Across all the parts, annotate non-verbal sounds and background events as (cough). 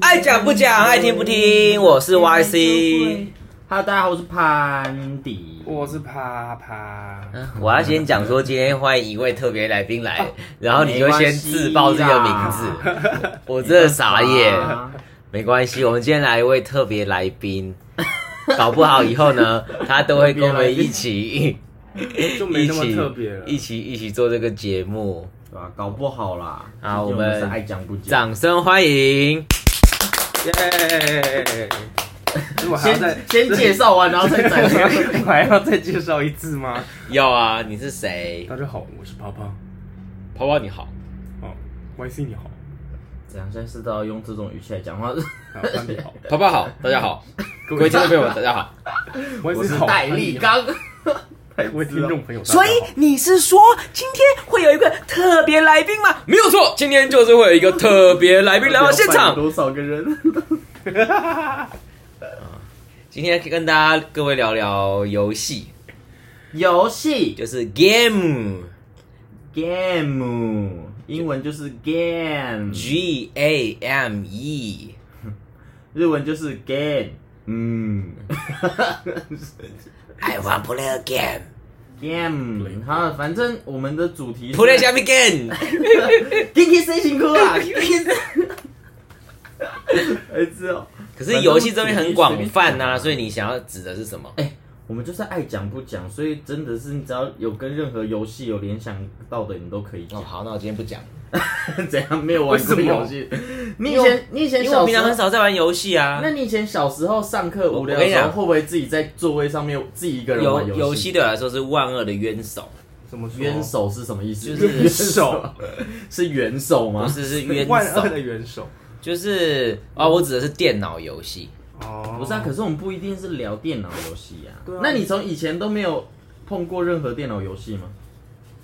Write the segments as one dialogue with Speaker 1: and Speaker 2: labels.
Speaker 1: 爱讲不
Speaker 2: 嗯
Speaker 1: 讲，爱听不听，我是 YC。
Speaker 3: Hello，大家好，我是潘迪。啊
Speaker 2: 我是啪啪，
Speaker 3: (laughs)
Speaker 1: 嗯我要先讲说，今天欢迎一位特别来宾来，然后你就
Speaker 3: 没关
Speaker 1: 先
Speaker 3: 系
Speaker 1: 自报这个名
Speaker 3: 啦
Speaker 1: 字， (laughs) 我真的傻
Speaker 2: (laughs)
Speaker 1: 眼。没关系，我们今天来一位特别来宾，搞不好以后
Speaker 2: (laughs)
Speaker 1: 呢，他都会跟我们一起
Speaker 2: 就没
Speaker 1: 一
Speaker 2: 那么
Speaker 1: 起
Speaker 2: 特别了。
Speaker 1: 一起一起做这个节目。
Speaker 3: 对啊，搞不好啦。
Speaker 1: 好
Speaker 3: 毕竟
Speaker 1: 我们
Speaker 3: 是爱讲不讲。
Speaker 1: 掌声欢迎！
Speaker 2: 耶！如果还要 (laughs) 再
Speaker 3: 先先介绍完，然后再
Speaker 1: (laughs)
Speaker 3: 展开。
Speaker 2: 我还要再介绍一次吗？
Speaker 1: 要啊，你是谁？
Speaker 2: 大家好，我是啪啪。
Speaker 1: 泡泡你好，
Speaker 2: 哦，YC 你好，
Speaker 3: 怎样？现在是都要用这种语气来讲话。
Speaker 2: 啊，潘迪好，
Speaker 1: 泡泡好，大家好，
Speaker 2: 各
Speaker 1: 各位听众朋友们大家好。
Speaker 3: 我是
Speaker 2: ，YC 好，
Speaker 3: 戴立刚。
Speaker 2: 各位听众朋友，
Speaker 1: 所以你是说今天会有一个特别来宾吗？没有错，今天就是会有一个特别来宾来到现
Speaker 3: 要扮
Speaker 1: 场。
Speaker 3: 多少个人？
Speaker 1: (laughs) 今天跟大家各位聊聊游戏，
Speaker 3: 游戏
Speaker 1: 就是 game
Speaker 3: game，英文就是 game，
Speaker 1: G A M E，
Speaker 3: 日文就是 game。嗯
Speaker 1: (laughs) I want 哎 play a game。
Speaker 3: ，game。好，反正我们的主题是
Speaker 1: Play 下面 game， (laughs)
Speaker 3: Kiki 谁辛苦 (laughs) 啊？Kiki，儿子哦。
Speaker 1: 可是游戏这边很广泛呐、所以你想要指的是什么？
Speaker 3: 哎、我们就是爱讲不讲，所以真的是你只要有跟任何游戏有联想到的，你都可以
Speaker 1: 哦，
Speaker 3: 讲。
Speaker 1: 好，那我今天不讲，
Speaker 3: (laughs) 怎样？没有玩过
Speaker 2: 为什么
Speaker 3: 游戏？你以前你以前
Speaker 1: 因为我
Speaker 3: 小
Speaker 1: 平
Speaker 3: 时
Speaker 1: 常很
Speaker 3: 候，
Speaker 1: 少在玩游戏啊
Speaker 3: 那。你以前小时候上课
Speaker 1: 我
Speaker 3: 无聊
Speaker 1: 我跟
Speaker 3: 的
Speaker 1: 你
Speaker 3: 时候，
Speaker 1: 讲
Speaker 3: 会不会自己在座位上面自己一个人玩
Speaker 1: 游游
Speaker 3: 戏
Speaker 1: 戏？对我来说是万恶的冤手，
Speaker 2: 怎么啊说
Speaker 3: 元？首是什么意
Speaker 1: 就
Speaker 3: 思？
Speaker 1: 是
Speaker 3: 元首是 (laughs) 元首
Speaker 1: 不
Speaker 3: 吗？
Speaker 1: 是是冤
Speaker 2: 万
Speaker 1: 手
Speaker 2: 恶，的元首
Speaker 1: 就是哦，我指的是电脑游戏。
Speaker 2: 哦，
Speaker 3: 不是啊，可是我们不一定是聊电脑游戏啊。
Speaker 2: 对啊
Speaker 3: 那你从以前都没有碰过任何电脑游戏吗？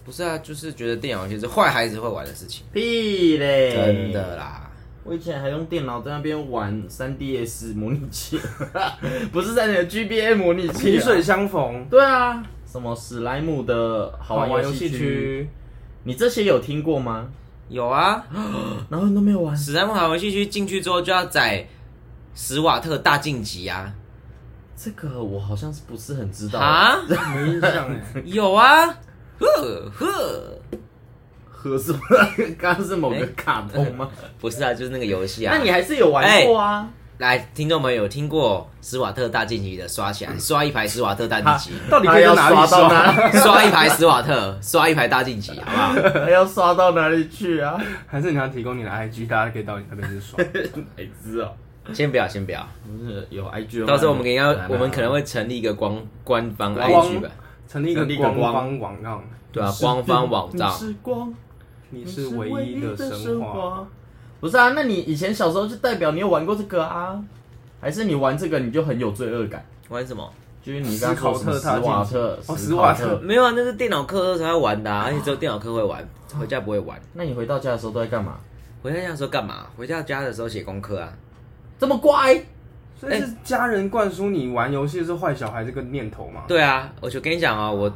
Speaker 1: 不是啊，就是觉得电脑游戏是坏孩子会玩的事情，
Speaker 3: 屁嘞！
Speaker 1: 真的啦。
Speaker 3: 我以前还用电脑在那边玩 3DS 模拟器， (laughs) 不是在那个 GBA 模拟器、
Speaker 2: 萍
Speaker 3: 啊。
Speaker 2: 水相逢，
Speaker 3: 对啊，什么史莱姆的好
Speaker 2: 好
Speaker 3: 玩
Speaker 2: 玩
Speaker 3: 游
Speaker 2: 游
Speaker 3: 戏
Speaker 2: 戏
Speaker 3: 区，
Speaker 2: 区，
Speaker 3: 你这些有听过吗？
Speaker 1: 有啊，
Speaker 3: 然后你都没有玩，
Speaker 1: 史莱姆好游戏区进去之后就要载史瓦特大晋级啊
Speaker 3: 这个我好像是不是很知道？
Speaker 1: 啊，
Speaker 2: 没印象哎。
Speaker 1: 有啊，呵呵，
Speaker 3: 合是刚刚是某个卡通吗？
Speaker 1: 不是啊，就是那个游戏啊。
Speaker 3: 那你还是有玩过啊？
Speaker 1: 来，听众朋友有听过史瓦特大晋级的，刷
Speaker 3: 嗯
Speaker 1: 起来，刷一排史瓦特大晋级，
Speaker 2: 到底可以
Speaker 3: 要
Speaker 2: 在哪
Speaker 3: 刷
Speaker 2: 里
Speaker 3: 到
Speaker 2: 刷？
Speaker 3: 哪？
Speaker 1: 刷一排史瓦特，刷一排大晋级，好不好？
Speaker 3: 还要刷到哪里去啊？
Speaker 2: (laughs) 还是你要提供你的 IG，大家可以到你那边去刷。
Speaker 3: 哪知哦？
Speaker 1: 先不要，先不要，
Speaker 3: 不是有 IG，的话
Speaker 1: 到时候我们可能要
Speaker 3: 来来，来
Speaker 1: 我们可能会成立一个官官方
Speaker 2: 官
Speaker 1: IG 吧，
Speaker 2: 成立一
Speaker 3: 成立一个
Speaker 2: 个官
Speaker 3: 光
Speaker 2: 方网站，
Speaker 1: 对啊，官方网站
Speaker 3: 你。是光
Speaker 2: 你是唯一的神话。。
Speaker 3: 不是啊，那你以前小时候就代表你有玩过这个啊？还是你玩这个你就很有罪恶感？
Speaker 1: 玩什么？
Speaker 3: 就是你刚刚说什么
Speaker 2: 史考特
Speaker 3: 斯瓦特，
Speaker 2: 大晋级哦
Speaker 3: 史考
Speaker 2: 史瓦特。
Speaker 1: 没有啊，那是电脑课才会玩的、啊，而且只有电脑课会玩，回家不会玩。
Speaker 3: 那你回到家的时候都在干嘛？
Speaker 1: 回家家的时候干嘛？回家家的时候写功课啊。
Speaker 3: 这么乖，
Speaker 2: 所以是
Speaker 3: 哎
Speaker 2: 家人灌输你玩游戏是坏小孩这个念头吗？
Speaker 1: 对啊，我就跟你讲啊、我，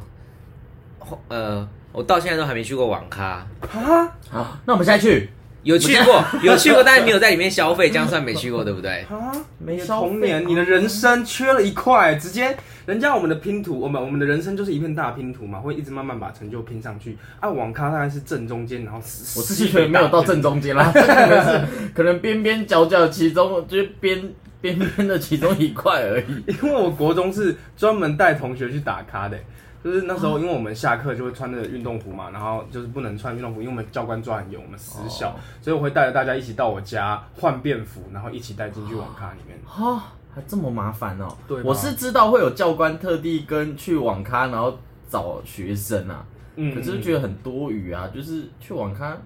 Speaker 1: 呃，我到现在都还没去过网咖，
Speaker 2: 啊，
Speaker 3: 好，那我们现在去。
Speaker 1: 有去
Speaker 3: (laughs)
Speaker 1: 过，有去过，但是没有在里面消费，这样算没去过，对不对？
Speaker 2: 啊，
Speaker 3: 没
Speaker 2: 你的
Speaker 3: 消费
Speaker 2: 童年，你的人生缺了一块，直接人家我们的拼图，我们我们的人生就是一片大拼图嘛，会一直慢慢把成就拼上去。啊，网咖大概是正中间，然后
Speaker 3: 我
Speaker 2: 我
Speaker 3: 自己觉得没有到正中间
Speaker 2: (laughs)
Speaker 3: 啦，这可能是可能边边角角其中就是边边边的其中一块而已。
Speaker 2: 因为我国中是专门带同学去打卡的、就是那时候，因为我们下课就会穿着运动服嘛，然后就是不能穿运动服，因为我们教官抓很严，我们私
Speaker 3: 哦
Speaker 2: 校，所以我会带着大家一起到我家换便服，然后一起带进去网咖里面。
Speaker 3: 哦，还这么麻烦哦。
Speaker 2: 对吧
Speaker 3: 我是知道会有教官特地跟去网咖，然后找学生啊，
Speaker 2: 嗯
Speaker 3: 可是觉得很多余啊，就是去网咖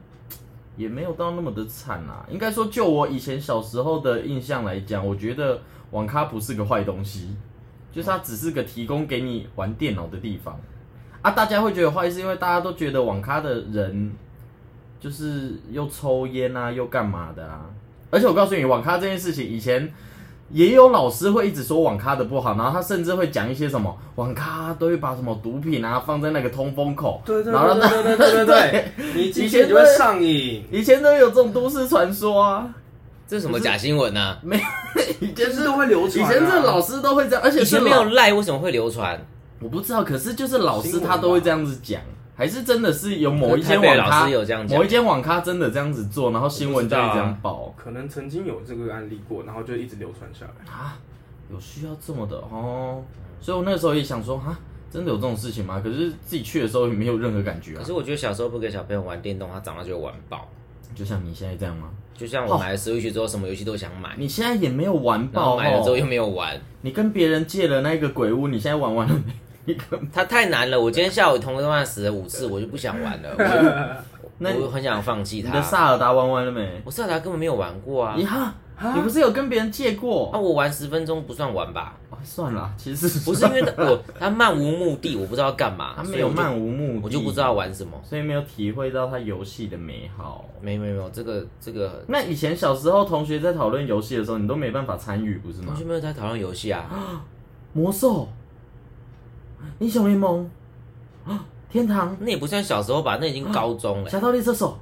Speaker 3: 也没有到那么的惨啊。应该说，就我以前小时候的印象来讲，我觉得网咖不是个坏东西，就是
Speaker 2: 哦
Speaker 3: 它只是个提供给你玩电脑的地方啊。大家会觉得坏，是因为大家都觉得网咖的人就是又抽烟啊，又干嘛的啊。而且我告诉你，网咖这件事情以前。也有老师会一直说网咖的不好，然后他甚至会讲一些什么网咖都会把什么毒品啊放在那个通风口，
Speaker 2: 对对
Speaker 3: 然后
Speaker 2: 对对对对对对，你进去你就会上瘾，
Speaker 3: 以前都有这种都市传说啊，
Speaker 1: 这是什么假新闻啊呢、
Speaker 3: 没有，以前
Speaker 2: 就是
Speaker 3: 是
Speaker 2: 都会流
Speaker 3: 以
Speaker 2: 传啊。
Speaker 3: 前这老师都会这样，而且
Speaker 1: 以
Speaker 3: 是哦
Speaker 1: 前没有
Speaker 3: 老，
Speaker 1: 赖，为什么会流传？
Speaker 3: 我不知道，可是就是老师
Speaker 2: 新闻
Speaker 3: 他
Speaker 2: 吧
Speaker 3: 都会这样子讲，还是真的是有某一
Speaker 1: 台
Speaker 3: 间
Speaker 1: 北
Speaker 3: 网
Speaker 1: 老
Speaker 3: 咖
Speaker 1: 师有这样讲
Speaker 3: 某一，间网咖真的这样子做，然后新闻就会这样报
Speaker 2: 可能曾经有这个案例过，然后就一直流传下来。
Speaker 3: 啊，有需要这么的哦，所以我那时候也想说啊，真的有这种事情吗？可是自己去的时候也没有任何感觉
Speaker 1: 可
Speaker 3: 啊，
Speaker 1: 是我觉得小时候不给小朋友玩电动，他长大就会玩爆。
Speaker 3: 就像你现在这样吗？
Speaker 1: 就像我买了 Switch 之后，什么游戏都想买，
Speaker 3: 你现在也没有玩
Speaker 1: 然后
Speaker 3: 哦爆
Speaker 1: 买了之后又
Speaker 3: 哦，
Speaker 1: 没有玩，
Speaker 3: 你跟别人借了那个鬼屋，你现在玩完了没？你跟
Speaker 1: 它太难了。我今天下午同个班死了五次，我就不想玩了，我
Speaker 3: 那
Speaker 1: 就
Speaker 3: 你
Speaker 1: 我很想放弃
Speaker 3: 你的
Speaker 1: 它。
Speaker 3: 萨尔达玩完了没？
Speaker 1: 我塞尔达根本没有玩过啊
Speaker 3: 你，哈，你不是有跟别人借过？
Speaker 1: 那我玩十分钟不算玩吧？
Speaker 3: 哦算了，其实
Speaker 1: 不是因为它我它漫无目的，我不知道干嘛，
Speaker 3: 他没有漫
Speaker 1: 所以
Speaker 3: 无目的，
Speaker 1: 我就，我就不知道，玩什么。
Speaker 3: 所以没有体会到他游戏的美好。
Speaker 1: 没没没有，这个这个
Speaker 3: 那以前小时候同学在讨论游戏的时候，你都没办法参与，不是
Speaker 1: 同
Speaker 3: 吗
Speaker 1: 学？们有在讨论游戏啊，
Speaker 3: 魔兽、英雄联盟、啊天堂、
Speaker 1: 那也不算小时候吧，那已经高中了。
Speaker 3: 侠盗猎车手。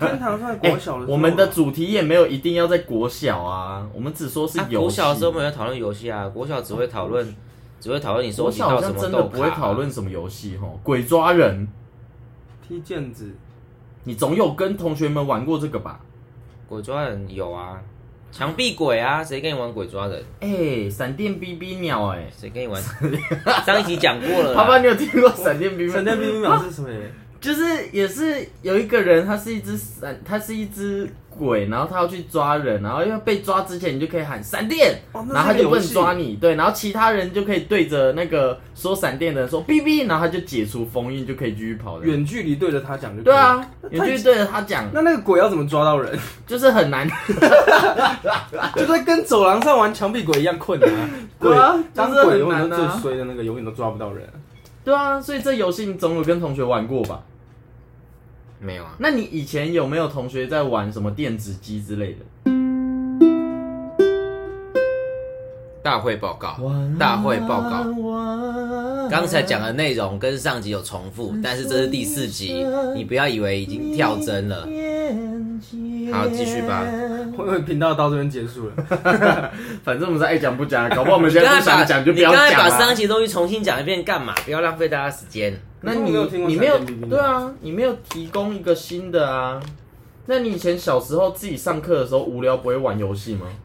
Speaker 2: 天堂算国小的时候啊，
Speaker 3: 我们的主题也没有一定要在国小啊，我们只说是
Speaker 1: 啊
Speaker 3: 游戏。
Speaker 1: 国小的时候没有讨论游戏啊，国小只会讨论，只会讨论你收
Speaker 3: 国
Speaker 1: 集
Speaker 3: 小好
Speaker 1: 到什
Speaker 3: 像
Speaker 1: 么
Speaker 3: 真的
Speaker 1: 豆
Speaker 3: 不
Speaker 1: 卡
Speaker 3: 会
Speaker 1: 啊，
Speaker 3: 讨论什么游戏吼，鬼抓人，
Speaker 2: 踢毽子，
Speaker 3: 你总有跟同学们玩过这个吧？
Speaker 1: 鬼抓人有啊，墙壁鬼啊，谁跟你玩鬼抓人？
Speaker 3: 哎、闪电 BB 鸟哎、
Speaker 1: 谁跟你
Speaker 3: (laughs)
Speaker 1: 玩？上一集讲过了啦，
Speaker 3: 爸爸，你有听过闪电 BB？
Speaker 2: 神剑冰冰秒是什么？
Speaker 3: 就是也是有一个人，他是一只闪，他是一只鬼，然后他要去抓人，然后因为被抓之前，你就可以喊闪电，
Speaker 2: 哦那是
Speaker 3: 然后他就不
Speaker 2: 游
Speaker 3: 能
Speaker 2: 戏
Speaker 3: 抓你，对，然后其他人就可以对着那个说闪电的人说哔哔，然后他就解除封印，就可以继续跑的。
Speaker 2: 远距离对着他讲就可以
Speaker 3: 对。啊，你
Speaker 2: 太
Speaker 3: 就对着他讲，
Speaker 2: 那那个鬼要怎么抓到人？
Speaker 3: 就是很难， (laughs)
Speaker 2: 就在跟走廊上玩墙壁鬼一样困难、啊。
Speaker 3: 对啊
Speaker 2: 鬼当
Speaker 3: 就是很
Speaker 2: 鬼永远
Speaker 3: 难
Speaker 2: 都
Speaker 3: 啊
Speaker 2: 最衰的那个，永远都抓不到人。
Speaker 3: 对啊，所以这游戏你总有跟同学玩过吧？
Speaker 1: 没有啊，
Speaker 3: 那你以前有没有同学在玩什么电子机之类的？
Speaker 1: 大会报告，大会报告。刚才讲的内容跟上集有重复，
Speaker 3: 嗯
Speaker 1: 但是这是第四集，你不要以为已经跳针了。
Speaker 3: 嗯
Speaker 1: 好继续吧
Speaker 2: 我以为频道到这边结束了，
Speaker 3: (laughs) 反正我们是爱讲不讲，搞不好我们现
Speaker 1: 你
Speaker 3: 在
Speaker 1: 刚
Speaker 3: 不想
Speaker 1: 才把
Speaker 3: 讲就不啊
Speaker 1: 你
Speaker 3: 要
Speaker 1: 刚才
Speaker 3: 讲
Speaker 1: 把上
Speaker 3: 了
Speaker 1: 一。集的东西重新讲一遍干嘛？不要浪费大家时间。
Speaker 3: 那
Speaker 2: 我
Speaker 3: 你
Speaker 2: 没有听过
Speaker 3: 你没有
Speaker 2: 闪电冰冰
Speaker 3: 对啊，你没有提供一个新的啊？那你以前小时候自己上课的时候无聊不会玩游戏吗？
Speaker 1: 嗯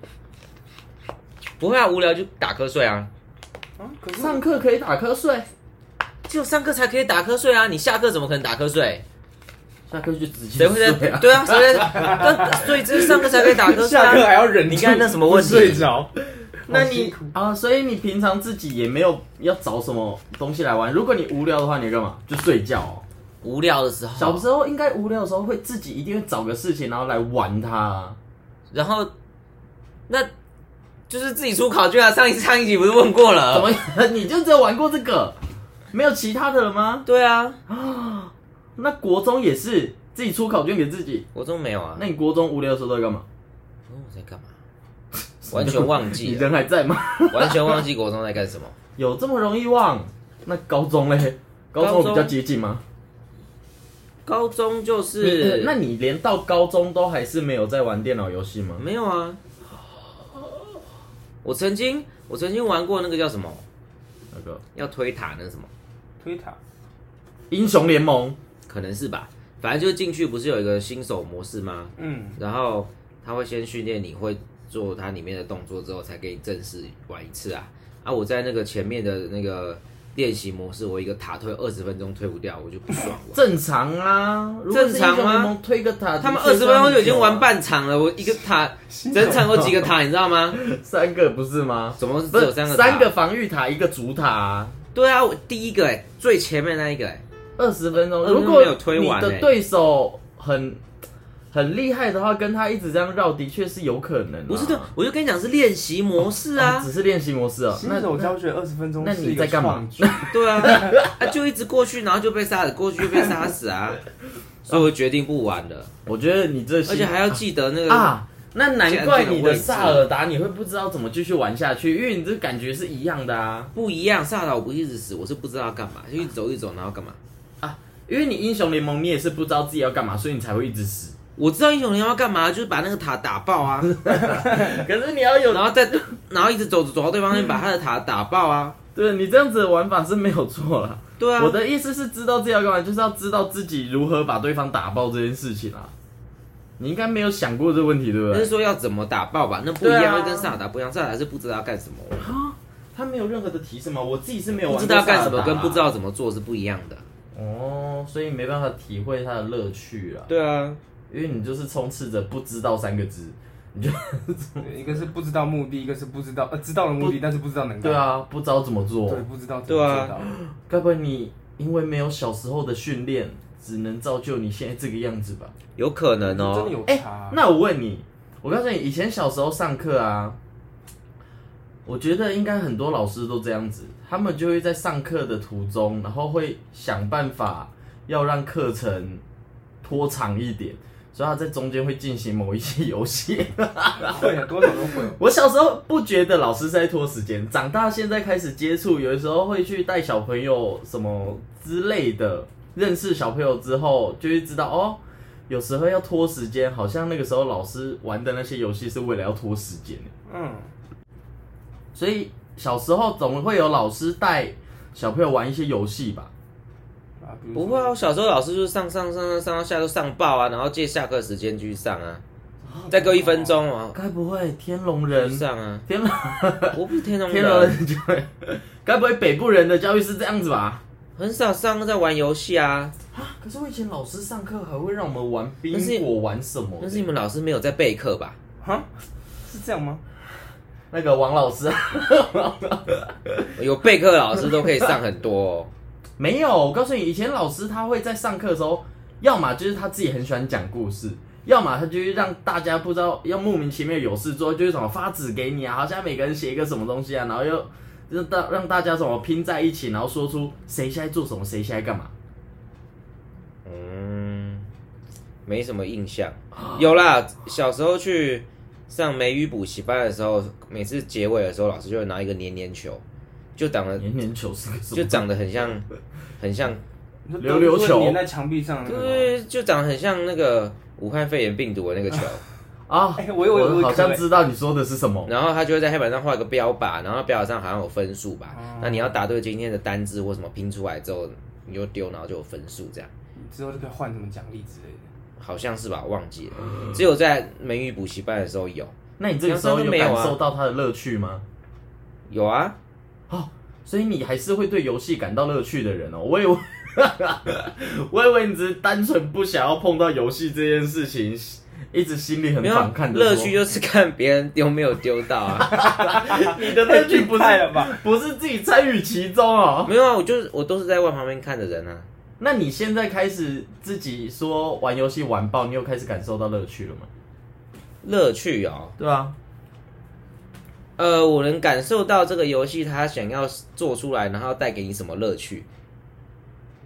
Speaker 1: 不会啊，无聊就打瞌睡啊，
Speaker 2: 啊，可是
Speaker 3: 上课可以打瞌睡，
Speaker 1: 只有上课才可以打瞌睡啊，你下课怎么可能打瞌睡？
Speaker 3: 下课就直接
Speaker 1: 谁会
Speaker 3: (laughs)
Speaker 1: 在
Speaker 3: 睡啊？
Speaker 1: 对啊，谁会在？但所以这上课才可以打瞌睡
Speaker 2: (laughs) 下课还
Speaker 1: 啊。
Speaker 2: 要忍住
Speaker 1: 你刚才那什么问题
Speaker 2: 不睡着，
Speaker 3: 那
Speaker 2: 好辛
Speaker 3: 你
Speaker 2: 苦
Speaker 3: 啊，所以你平常自己也没有要找什么东西来玩。如果你无聊的话，你干嘛？就睡觉、哦。
Speaker 1: 无聊的时
Speaker 3: 小
Speaker 1: 候，
Speaker 3: 时候应该无聊的时候会自己一定会找个事情，然后来玩它。啊
Speaker 1: 然后那就是自己出考卷啊。上一上一集不是问过
Speaker 3: 怎
Speaker 1: 了？
Speaker 3: 么？ (laughs) 你就只有玩过这个，没有其他的了吗？ (gasps)
Speaker 1: 对啊，
Speaker 3: 那国中也是自己出考卷给自己。
Speaker 1: 国中没有啊。
Speaker 3: 那你国中无聊的时候都在干嘛？
Speaker 1: 国中我在干 (laughs) 嘛？完全忘
Speaker 3: (laughs) 你
Speaker 1: 记了，啊
Speaker 3: 人还在吗？
Speaker 1: (laughs) 完全忘记国中在干什么。
Speaker 3: 有这么容易忘？那高中嘞？高中
Speaker 1: 高
Speaker 3: 我
Speaker 1: 中
Speaker 3: 比较接近吗？
Speaker 1: 高中就
Speaker 3: 你
Speaker 1: 是
Speaker 3: 那你连到高中都还是没有在玩电脑游戏吗？
Speaker 1: 没有啊。我曾经我曾经玩过那个叫什么，
Speaker 3: 那个
Speaker 1: 要推塔那个什么，
Speaker 2: 推塔
Speaker 3: 英雄联盟，
Speaker 1: 可能是吧。反正就进去不是有一个新手模式吗？
Speaker 2: 嗯，
Speaker 1: 然后他会先训练你会做它里面的动作之后，才给你正式玩一次啊。啊，我在那个前面的那个练习模式，我一个塔推二十分钟推不掉，我就不爽了。
Speaker 3: 正常啊。如果是
Speaker 1: 正常吗
Speaker 3: 英雄联盟推个塔，
Speaker 1: 他们
Speaker 3: 的
Speaker 1: 二
Speaker 3: 确
Speaker 1: 十
Speaker 3: 是
Speaker 1: 分钟就已
Speaker 3: 很久
Speaker 1: 经
Speaker 3: 啊
Speaker 1: 玩半场了，我一个塔，整场有几个塔，你知道吗？
Speaker 3: (laughs) 三个不是吗？
Speaker 1: 怎么只
Speaker 3: 不
Speaker 1: 有
Speaker 3: 是
Speaker 1: 三个塔？
Speaker 3: 三个？防御塔，一个主塔啊、
Speaker 1: 对啊，我第一个哎、最前面那一个哎、
Speaker 3: 二十分钟，
Speaker 1: 呃
Speaker 3: 如
Speaker 1: 没
Speaker 3: 果
Speaker 1: 有推完
Speaker 3: 你
Speaker 1: 欸
Speaker 3: 的对手很很厉害的话，跟他一直这样绕，的确是有可能、啊。
Speaker 1: 不是的，我就跟你讲是练习模式
Speaker 3: 啊，
Speaker 1: 啊
Speaker 3: 只，是练习模式哦、
Speaker 2: (laughs) 新
Speaker 3: 那
Speaker 2: 手教学二十分钟
Speaker 3: 那
Speaker 2: 是一
Speaker 3: 你
Speaker 2: 个
Speaker 3: 在干嘛
Speaker 2: 创举，
Speaker 1: 对
Speaker 3: (laughs)
Speaker 1: 啊，啊就一直过去，然后就被杀死，过去就被
Speaker 3: (laughs)
Speaker 1: 杀死啊，所以我决定不玩了，
Speaker 3: 我觉得你这
Speaker 1: 而且还要记得那个
Speaker 3: 啊，那难怪你的萨尔达你会不知道怎么继续玩下去，因为你这感觉是一样的啊
Speaker 1: 不一样。萨达我不是一直死，我是不知道要干嘛，就一直走一直走，然后干嘛？
Speaker 3: 啊！因为你英雄联盟你也是不知道自己要干嘛，所以你才会一直死。
Speaker 1: 我知道英雄联盟要干嘛，就是把那个塔打爆
Speaker 3: (laughs)
Speaker 1: 啊，
Speaker 3: 可是你要有
Speaker 1: 然后再然后一直走走到对方那边把他的塔打爆啊。
Speaker 3: 对你这样子的玩法是没有错了。
Speaker 1: 对啊
Speaker 3: 我，的意思是知道自己要干嘛，就是要知道自己如何把对方打爆这件事情啊。你应该没有想过这个问题，对不
Speaker 1: 那是
Speaker 3: 对？
Speaker 1: 说要怎么打爆吧？那不一样，
Speaker 3: 对啊
Speaker 1: 会跟萨尔达不一样。萨尔达是不知道要干什么，
Speaker 3: 啊，他没有任何的提示吗？我自己是没有玩
Speaker 1: 嗯不知
Speaker 3: 过
Speaker 1: 道要干什
Speaker 3: 萨
Speaker 1: 么
Speaker 3: 尔达
Speaker 1: 跟
Speaker 3: 啊
Speaker 1: 不知道怎么做是不一样的。
Speaker 3: 哦，所以没办法体会它的乐趣啊，
Speaker 1: 对啊，
Speaker 3: 因为你就是充斥着不知道三个字，你就
Speaker 2: 一个是不知道目的，一个是不知道呃知道了目的，但是不知道能干
Speaker 3: 对
Speaker 2: 嘛。
Speaker 3: 啊，不知道怎么做
Speaker 2: 对，，不知道怎么
Speaker 1: 嗯对啊
Speaker 2: 做到
Speaker 3: 该不会你因为没有小时候的训练，只能造就你现在这个样子吧？
Speaker 1: 有可能
Speaker 2: 真的
Speaker 1: 哦。
Speaker 2: 有
Speaker 3: 哎、
Speaker 2: 差啊。
Speaker 3: 那我问你，我告诉你，以前小时候上课啊，我觉得应该很多老师都这样子，他们就会在上课的途中，然后会想办法要让课程拖长一点，所以他在中间会进行某一些游戏。
Speaker 2: 会啊，多少都会。
Speaker 3: 我小时候不觉得老师是在拖时间，长大现在开始接触，有的时候会去带小朋友什么之类的，认识小朋友之后就会知道哦，有时候要拖时间，好像那个时候老师玩的那些游戏是为了要拖时间，
Speaker 2: 嗯，
Speaker 3: 所以小时候总会有老师带小朋友玩一些游戏吧。
Speaker 2: 啊，比如
Speaker 1: 不
Speaker 2: 说
Speaker 1: 会啊，我小时候老师就是上上上上上到下都上爆啊，然后借下课时间继续上啊，
Speaker 2: 哦
Speaker 1: 再给我一分钟啊，
Speaker 3: 该不会天龙
Speaker 1: 继
Speaker 3: 人
Speaker 1: 续上
Speaker 3: (laughs)
Speaker 1: 啊。
Speaker 3: 天龙
Speaker 1: 我不是天龙
Speaker 3: 天龙
Speaker 1: 人，
Speaker 3: 人就会，该不会北部人的教育是这样子吧？
Speaker 1: 很少上课在玩游戏啊。
Speaker 3: 可是我以前老师上课还会让我们玩
Speaker 1: 但是
Speaker 3: 冰果玩什么的？
Speaker 1: 但是你们老师没有在备课吧？
Speaker 2: 哈，是这样吗？
Speaker 3: 那个王老师啊， (laughs)
Speaker 1: 有备课的老师都可以上很多、哦。
Speaker 3: 没有，我告诉你，以前老师他会在上课的时候，要么就是他自己很喜欢讲故事，要么他就是让大家不知道要莫名其妙有事做，就是什么发纸给你啊，好像每个人写一个什么东西啊，然后又让大让大家什么拼在一起，然后说出谁现在做什么，谁现在干嘛。
Speaker 1: 嗯，没什么印象。有啦，小时候去上美语补习班的时候，每次结尾的时候，老师就会拿一个黏黏球，就长得
Speaker 3: 年年球是个什
Speaker 1: 就
Speaker 3: 么？
Speaker 1: 长得很
Speaker 3: (laughs)
Speaker 1: 像，很像，
Speaker 2: 你说
Speaker 3: 溜溜
Speaker 2: 都是
Speaker 3: 球
Speaker 2: 粘在墙壁
Speaker 3: 嗯
Speaker 2: 上的那个吗。
Speaker 1: 对，就长得很像那个武汉肺炎病毒的那个球。
Speaker 3: 啊，
Speaker 2: 哎我有我有
Speaker 3: 好
Speaker 2: 我
Speaker 3: 像
Speaker 2: 有
Speaker 3: 知道你说的是什么。
Speaker 1: 然后他就会在黑板上画一个标靶，然后标靶上好像有分数吧
Speaker 2: 哦？
Speaker 1: 那你要答对今天的单字或什么拼出来之后，你就丢，然后就有分数这样。
Speaker 2: 之后就可以换什么奖励之类的。
Speaker 1: 好像是吧，忘
Speaker 3: (laughs)
Speaker 1: 记了。只有在美语补习班的时候有，
Speaker 3: 那你这个时候
Speaker 1: 好像
Speaker 3: 有
Speaker 1: 都没有
Speaker 3: 感
Speaker 1: 啊
Speaker 3: 受到他的乐趣吗？
Speaker 1: 有啊，
Speaker 3: 哦，所以你还是会对游戏感到乐趣的人哦。我以为， (laughs) 我以为你只是单纯不想要碰到游戏这件事情，一直心里很
Speaker 1: 没有
Speaker 3: 反
Speaker 1: 啊
Speaker 3: 抗的。
Speaker 1: 乐趣，就是看别人丢没有丢到
Speaker 3: (laughs)
Speaker 1: 啊。
Speaker 3: 你的乐趣
Speaker 1: (laughs)
Speaker 3: 不是
Speaker 2: 太厉害了吧？
Speaker 3: 不是自己参与其中哦。
Speaker 1: 没有啊，我就是我都是在外旁边看的人啊。
Speaker 3: 那你现在开始自己说玩游戏玩爆，你有开始感受到乐趣了吗？
Speaker 1: 乐趣哦，
Speaker 3: 对啊，
Speaker 1: 呃，我能感受到这个游戏它想要做出来，然后带给你什么乐趣，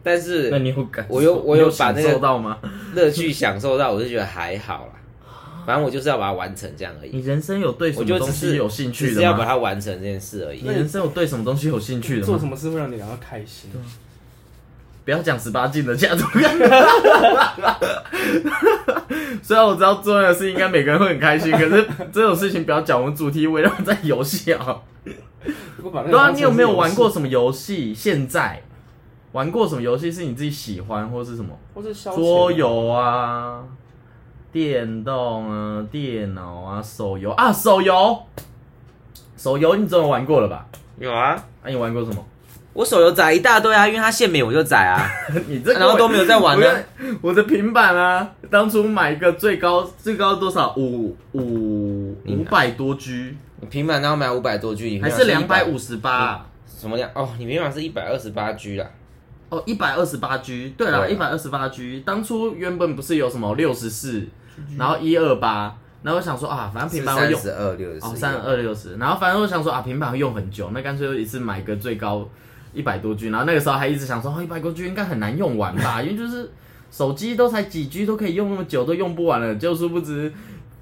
Speaker 1: 但
Speaker 3: 那
Speaker 1: 是
Speaker 3: 你有感受？
Speaker 1: 我有我
Speaker 3: 你
Speaker 1: 有
Speaker 3: 有
Speaker 1: 把那个
Speaker 3: 享受到吗？
Speaker 1: 乐趣享受到，我是觉得还好啦。反正我就是要把它完成这样而
Speaker 3: 你
Speaker 1: 已，
Speaker 3: 人生有对什
Speaker 1: 我
Speaker 3: 么
Speaker 1: 就
Speaker 3: 东
Speaker 1: 只
Speaker 3: 西
Speaker 1: 是
Speaker 3: 有兴趣
Speaker 1: 只
Speaker 3: 的
Speaker 1: 是
Speaker 3: 吗？
Speaker 1: 要把它完成这件事而已
Speaker 3: 你。人生有对什么东西有兴趣的吗？
Speaker 2: 做什么事会让你感到开心？
Speaker 3: (laughs) 不要讲十八禁的价值观。虽然我知道做那个事情应该每个人会很开心，可是这种事情不要讲。我们主题围绕在游戏
Speaker 2: (laughs)
Speaker 3: 啊。
Speaker 2: 如果把那个
Speaker 3: 对啊，
Speaker 2: 当成
Speaker 3: 你
Speaker 2: 是
Speaker 3: 有没有玩过
Speaker 2: 游戏？
Speaker 3: 什么游戏？现在玩过什么游戏是你自己喜欢或是什么？
Speaker 2: 或是消遣
Speaker 3: 桌游啊，电动啊，电脑啊，手游啊，手游，手游你总有玩过了吧？
Speaker 1: 有啊，
Speaker 3: 啊，你玩过什么？
Speaker 1: 我手游载一大堆啊，因为它限免我就载
Speaker 3: (laughs)
Speaker 1: 啊。
Speaker 3: 你这个
Speaker 1: 然后都没有在玩呢
Speaker 3: 我的平板啊，当初买一个最高最高多少？五五
Speaker 1: 你
Speaker 3: 五
Speaker 1: 买
Speaker 3: 百多 G，
Speaker 1: 你平板要买五百多 G，你
Speaker 3: 还
Speaker 1: 平板
Speaker 3: 是两百
Speaker 1: 100
Speaker 3: 五十八？
Speaker 1: 什么量？哦，你平板是一百二十八 G 啦。
Speaker 3: 哦，一百二十八 G。对了，
Speaker 1: 对
Speaker 3: 一
Speaker 1: 啊
Speaker 3: 百二十八 G。当初原本不是有什么六十四，然后一二八，然后我想说啊，反正平板会
Speaker 1: 三
Speaker 3: 用
Speaker 1: 十二六十
Speaker 3: 哦三二六十，然后反正我想说啊，平板会用很久，那干脆就一次买个最高一百多 G。然后那个时候还一直想说，哦，一百多 G 应该很难用 (laughs) 完吧，因为就是手机都才几 G 都可以用那么久，都用不完了。就殊不知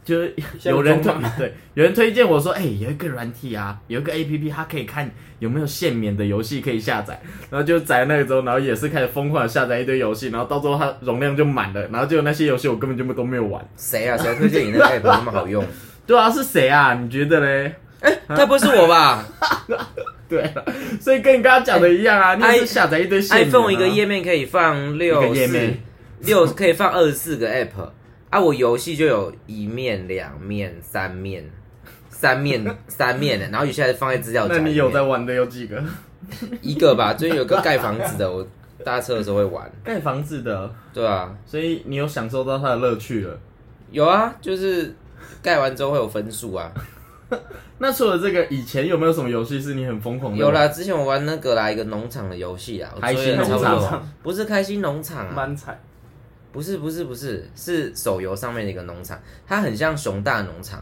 Speaker 3: 就是
Speaker 2: 现在
Speaker 3: 有人推
Speaker 2: 中文
Speaker 3: (laughs) 对，有人推荐我说，哎、有一个软体啊，有一个 A P P，它可以看有没有限免的游戏可以下载，然后就载那个之后，然后也是开始疯狂地下载一堆游戏，然后到最后它容量就满了，然后就那些游戏我根本就都没有玩。
Speaker 1: 谁啊？谁推荐你那个 app 那么好
Speaker 3: (laughs)
Speaker 1: 用？
Speaker 3: 对啊，是谁啊？你觉得嘞？啊
Speaker 1: 该不会是我吧
Speaker 3: (laughs) 对啊，所以跟你刚刚讲的一样啊，你也是
Speaker 1: i-
Speaker 3: 下载一堆限免、啊、
Speaker 1: 哎？iPhone 一个页面可以放
Speaker 3: 一个
Speaker 1: 六
Speaker 3: 页
Speaker 1: 四
Speaker 3: 面，
Speaker 1: 六可以放二十四个 app 啊。我游戏就有一面、两面、三面、三面、 (laughs) 三面的，然后有些还放在资料夹
Speaker 3: 那
Speaker 1: 里面。
Speaker 3: 你有在玩的有几个？
Speaker 1: 一个吧？最近有个盖房子的，我搭车的时候会玩。
Speaker 3: 盖房子的，
Speaker 1: 对啊，
Speaker 3: 所以你有享受到它的乐趣了。
Speaker 1: 有啊，就是盖完之后会有分数啊。
Speaker 3: 那除了这个，以前有没有什么游戏是你很疯狂的？
Speaker 1: 有，啦，之前我玩那个啦，一个农场的游戏啊，我
Speaker 3: 哦开心
Speaker 1: 追了差不多
Speaker 3: 农
Speaker 2: 场
Speaker 1: 不是开心农场啊，
Speaker 2: 蛮惨。
Speaker 1: 不是不是不是，是手游上面的一个农场，它很像熊大农场，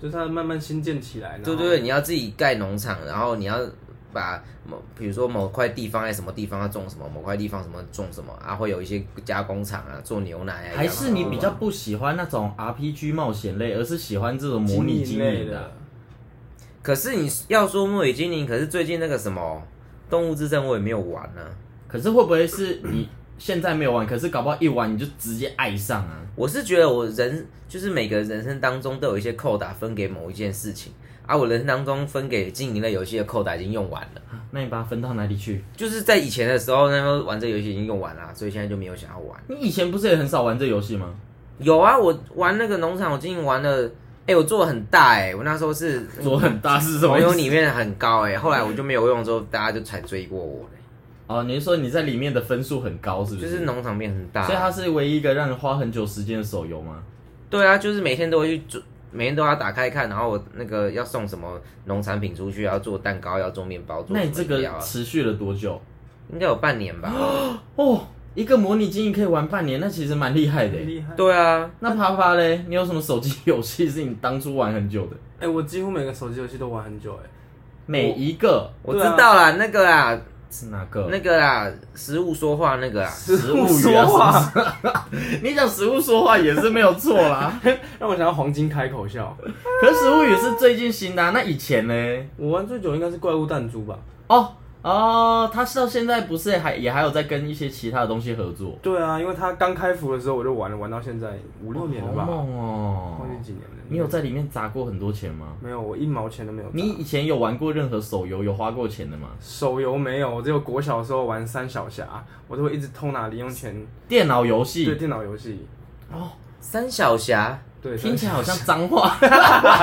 Speaker 2: 就是它慢慢新建起来，然后
Speaker 1: 对对对，你要自己盖农场，然后你要把某比如说某块地方在什么地方要种什么，某块地方什么种什么啊，会有一些加工厂啊，做牛奶啊，
Speaker 3: 还是你比较不喜欢那种 RPG 冒险类，而是喜欢这种模拟经
Speaker 2: 经营类
Speaker 3: 营
Speaker 2: 的
Speaker 3: 的？，
Speaker 1: 可是你要说木语精灵，可是最近那个什么动物之证我也没有玩啊呢、
Speaker 3: 可是会不会是你现在没有玩，可是搞不好一玩你就直接爱上啊？
Speaker 1: 我是觉得我人就是每个人生当中都有一些扣打分给某一件事情，啊，我人生当中分给经营类游戏的扣打已经用完了，
Speaker 3: 那你把它分到哪里去？
Speaker 1: 就是在以前的时候那时候玩这个游戏已经用完了，所以现在就没有想要玩。
Speaker 3: 你以前不是也很少玩这游戏吗？
Speaker 1: 有啊，我玩那个农场，我经营玩了，哎、我做的很大哎、我那时候是
Speaker 3: 左很大是什么
Speaker 1: 网
Speaker 3: 意
Speaker 1: 友
Speaker 3: 思？
Speaker 1: 里面很高哎、后来我就没有用之后，大家就才追过我了
Speaker 3: 哦，你是说你在里面的分数很高，是不
Speaker 1: 就是农场变很大，
Speaker 3: 所以它是唯一一个让你花很久时间的手游吗？
Speaker 1: 对啊，就是每天都会去做，每天都要打开看，然后我那个要送什么农产品出去，要做蛋糕，要做面包，做
Speaker 3: 那你这
Speaker 1: 什么饮料
Speaker 3: 个
Speaker 1: 啊
Speaker 3: 持续了多久？
Speaker 1: 应该有半年吧？
Speaker 3: 哦，一个模拟经营可以玩半年，那其实蛮厉害的
Speaker 2: 很
Speaker 3: 耶。
Speaker 2: 厉害。
Speaker 1: 对啊，
Speaker 3: 那啪啪嘞，你有什么手机游戏是你当初玩很久的？
Speaker 2: 哎，我几乎每个手机游戏都玩很久，哎，
Speaker 3: 每一个
Speaker 1: 我知
Speaker 2: 对啊
Speaker 1: 道啦，那个啦，
Speaker 3: 是哪个？
Speaker 1: 那个啦，食物说话那个啦，
Speaker 3: 食物
Speaker 2: 食物
Speaker 3: 语啊
Speaker 2: 说话
Speaker 3: 是不是 (laughs) 你讲食物说话也是没有错啦。
Speaker 2: (laughs) 让我想到黄金开口笑。
Speaker 3: 可是食物语是最近新的、啊，那以前呢？
Speaker 2: 我玩最久应该是怪物弹珠吧？
Speaker 3: 哦哦，它是到现在不是还也还有在跟一些其他的东西合作？
Speaker 2: 对啊，因为它刚开服的时候我就玩了，玩到现在五六年了
Speaker 3: 好
Speaker 2: 吧，
Speaker 3: 猛哦！
Speaker 2: 忘记几年了。
Speaker 3: 你有在里面砸过很多钱吗？
Speaker 2: 没有？我一毛钱都没有。
Speaker 3: 你以前有玩过任何手游有花过钱的吗？
Speaker 2: 手游没有，我只有国小的时候玩三小侠，我都会一直偷拿零用钱
Speaker 3: 电脑游
Speaker 2: 对
Speaker 3: 戏
Speaker 2: 电脑游戏。
Speaker 3: 哦，
Speaker 1: 三小侠，
Speaker 2: 对，
Speaker 3: 听起来好像脏话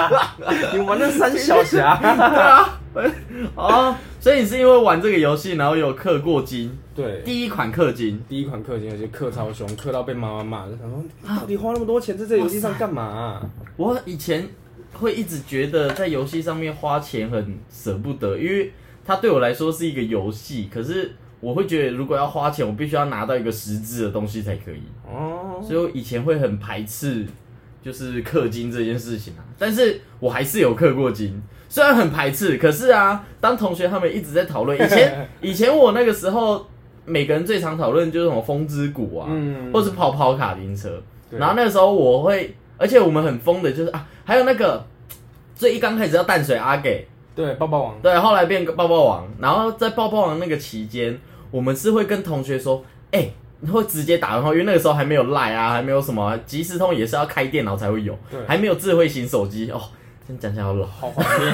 Speaker 2: (laughs) 你玩那三小侠？
Speaker 3: (laughs) 哦，所以你是因为玩这个游戏，然后有氪过金，
Speaker 2: 对，
Speaker 3: 第一款氪金，
Speaker 2: 第一款氪金游戏氪超凶，氪到被妈妈骂，就想说你
Speaker 3: 啊
Speaker 2: 到底花那么多钱在这游戏上干嘛啊、
Speaker 3: 我以前会一直觉得在游戏上面花钱很舍不得，因为它对我来说是一个游戏，可是我会觉得如果要花钱，我必须要拿到一个实质的东西才可以，
Speaker 2: 哦，
Speaker 3: 所以我以前会很排斥就是氪金这件事情啊，但是我还是有氪过金。虽然很排斥，可是啊，当同学他们一直在讨论，以前
Speaker 2: (laughs)
Speaker 3: 以前我那个时候，每个人最常讨论就是什么风之谷啊，
Speaker 2: 嗯
Speaker 3: 或是跑跑卡丁车。
Speaker 2: 对
Speaker 3: 然后那个时候我会，而且我们很疯的就是啊，还有那个最一刚开始叫淡水阿给，
Speaker 2: 对，抱抱王，
Speaker 3: 对，后来变抱抱王。然后在抱抱王那个期间，我们是会跟同学说，哎、会直接打电话，因为那个时候还没有赖啊，还没有什么啊即时通，也是要开电脑才会有
Speaker 2: 对，
Speaker 3: 还没有智慧型手机哦。真讲起来好老，
Speaker 2: 好怀念。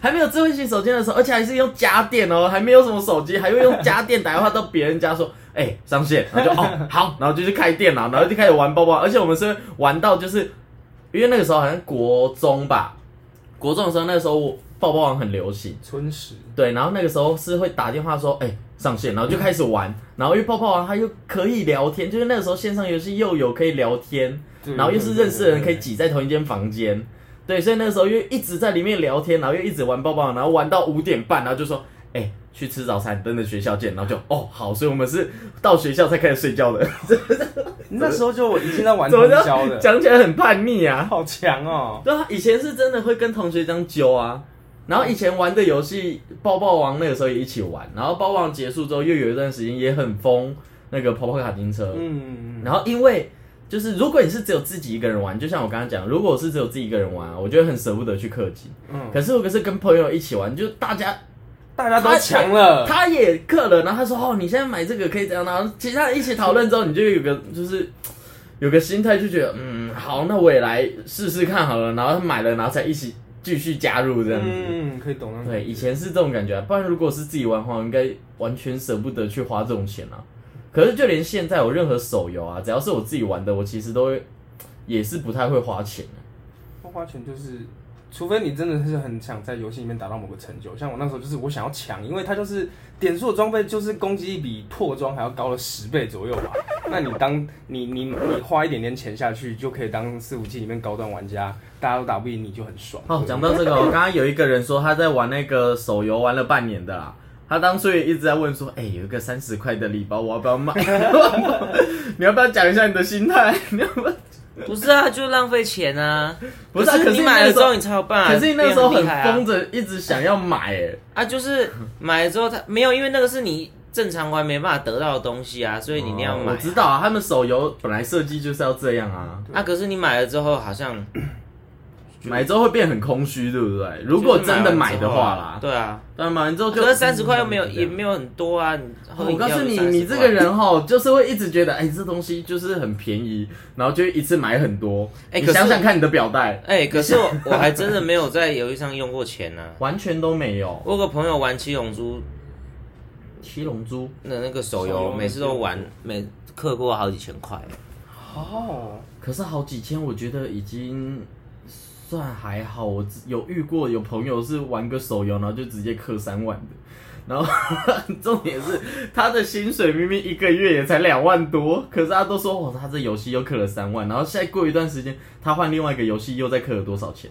Speaker 3: 还没有智慧型手机的时候，而且还是用家电哦，还没有什么手机，还会用家电打电话到别人家说， (laughs) 哎、上线，然后就哦好，然后就去开电脑，然后就开始玩包包，而且我们是玩到就是，因为那个时候好像国中吧，国中的时候那个时候我包包网很流行，
Speaker 2: 春实，
Speaker 3: 对，然后那个时候是会打电话说，哎、上线，然后就开始玩，然后因为泡泡王它又可以聊天，就是那个时候线上游戏又有可以聊天，
Speaker 2: 对
Speaker 3: 然后又是认识的
Speaker 2: 嗯
Speaker 3: 人可以挤在同一间房间，对，所以那个时候又一直在里面聊天，然后又一直玩抱抱，然后玩到五点半，然后就说，哎、去吃早餐，等等学校见，然后就哦好，所以我们是到学校才开始睡觉的，
Speaker 2: 那时候就我已经在
Speaker 3: (laughs)
Speaker 2: 玩
Speaker 3: 怎
Speaker 2: 通
Speaker 3: 么
Speaker 2: 宵的
Speaker 3: 叫，讲起来很叛逆啊？
Speaker 2: 好强哦。
Speaker 3: 对啊，以前是真的会跟同学这样揪啊。然后以前玩的游戏《抱抱王》那个时候也一起玩，然后《抱抱王》结束之后，又有一段时间也很疯那个跑跑卡丁车。
Speaker 2: 嗯，
Speaker 3: 然后因为就是如果你是只有自己一个人玩，就像我刚刚讲，如果我是只有自己一个人玩啊，我就会很舍不得去氪金。
Speaker 2: 嗯，
Speaker 3: 可是如果是跟朋友一起玩，就大家
Speaker 2: 大家都强了，
Speaker 3: 他也氪了，然后他说哦，你现在买这个可以怎样？然后其他人一起讨论之后，你就有个就是有个心态，就觉得嗯，好，那我也来试试看好了。然后他买了，然后才一起继续加入这样子。
Speaker 2: 嗯，可以懂那种
Speaker 3: 对，以前是这种感觉、啊，不然如果是自己玩的话，我应该完全舍不得去花这种钱啊。可是就连现在我任何手游啊，只要是我自己玩的，我其实都会也是不太会花钱、啊。
Speaker 2: 花花钱就是，除非你真的是很想在游戏里面达到某个成就，像我那时候就是我想要抢，因为它就是点数的装备就是攻击力比拓装还要高了十倍左右吧。那你当 (laughs) 你你你花一点点钱下去，就可以当伺服器里面高端玩家，大家都打不赢你就很爽。
Speaker 3: 哦，讲到这 (laughs) 个，我刚刚有一个人说他在玩那个手游玩了半年的啦，他当初也一直在问说，哎、有一个三十块的礼包，我要不要买？ (laughs) 你要不要讲一下你的心态？你要不要？ (laughs)
Speaker 1: 不是啊，就浪费钱啊。
Speaker 3: 不是啊可是
Speaker 1: 你
Speaker 3: 你
Speaker 1: 买了
Speaker 3: 那个
Speaker 1: 之
Speaker 3: 时候啊
Speaker 1: 后你才有办法
Speaker 3: 可是你那时候很
Speaker 1: 变厉害啊
Speaker 3: 疯着，一直想要买、哎，
Speaker 1: 啊，就是买了之后他没有，因为那个是你正常玩没办法得到的东西啊，所以你一定要买啊。
Speaker 3: 我知道啊，他们手游本来设计就是要这样啊，
Speaker 1: 啊，可是你买了之后好像
Speaker 3: 买之后会变很空虚，对不对？如果真的买的话啦，
Speaker 1: 对啊，
Speaker 3: 对啊，买完之后就
Speaker 1: 可是三十块又没有，
Speaker 3: 嗯
Speaker 1: 也没有很多啊。你喝
Speaker 3: 我
Speaker 1: 饮料
Speaker 3: 告
Speaker 1: 就
Speaker 3: 诉你，
Speaker 1: 30
Speaker 3: 你这
Speaker 1: 块
Speaker 3: 个人哈，就是会一直觉得，哎、这东西就是很便宜，然后就一次买很多。
Speaker 1: 哎可
Speaker 3: 你
Speaker 1: 是
Speaker 3: 想想看你的表带，
Speaker 1: 哎、可是我我还真的没有在游戏上用过钱呢、
Speaker 3: 完全都没有。
Speaker 1: 我有个朋友玩七龙珠
Speaker 3: 七龙珠，
Speaker 1: 的那个手
Speaker 2: 手
Speaker 1: 游，
Speaker 2: 游
Speaker 1: 每次都玩，每氪过好几千块。
Speaker 2: 哦，
Speaker 3: 可是好几千，我觉得已经算还好。我只有遇过有朋友是玩个手游，然后就直接氪三万的。然后 (laughs) 重点是他的薪水明明一个月也才两万多，可是他都说哦，他这游戏又氪了三万，然后现在过一段时间他换另外一个游戏又再氪了多少钱？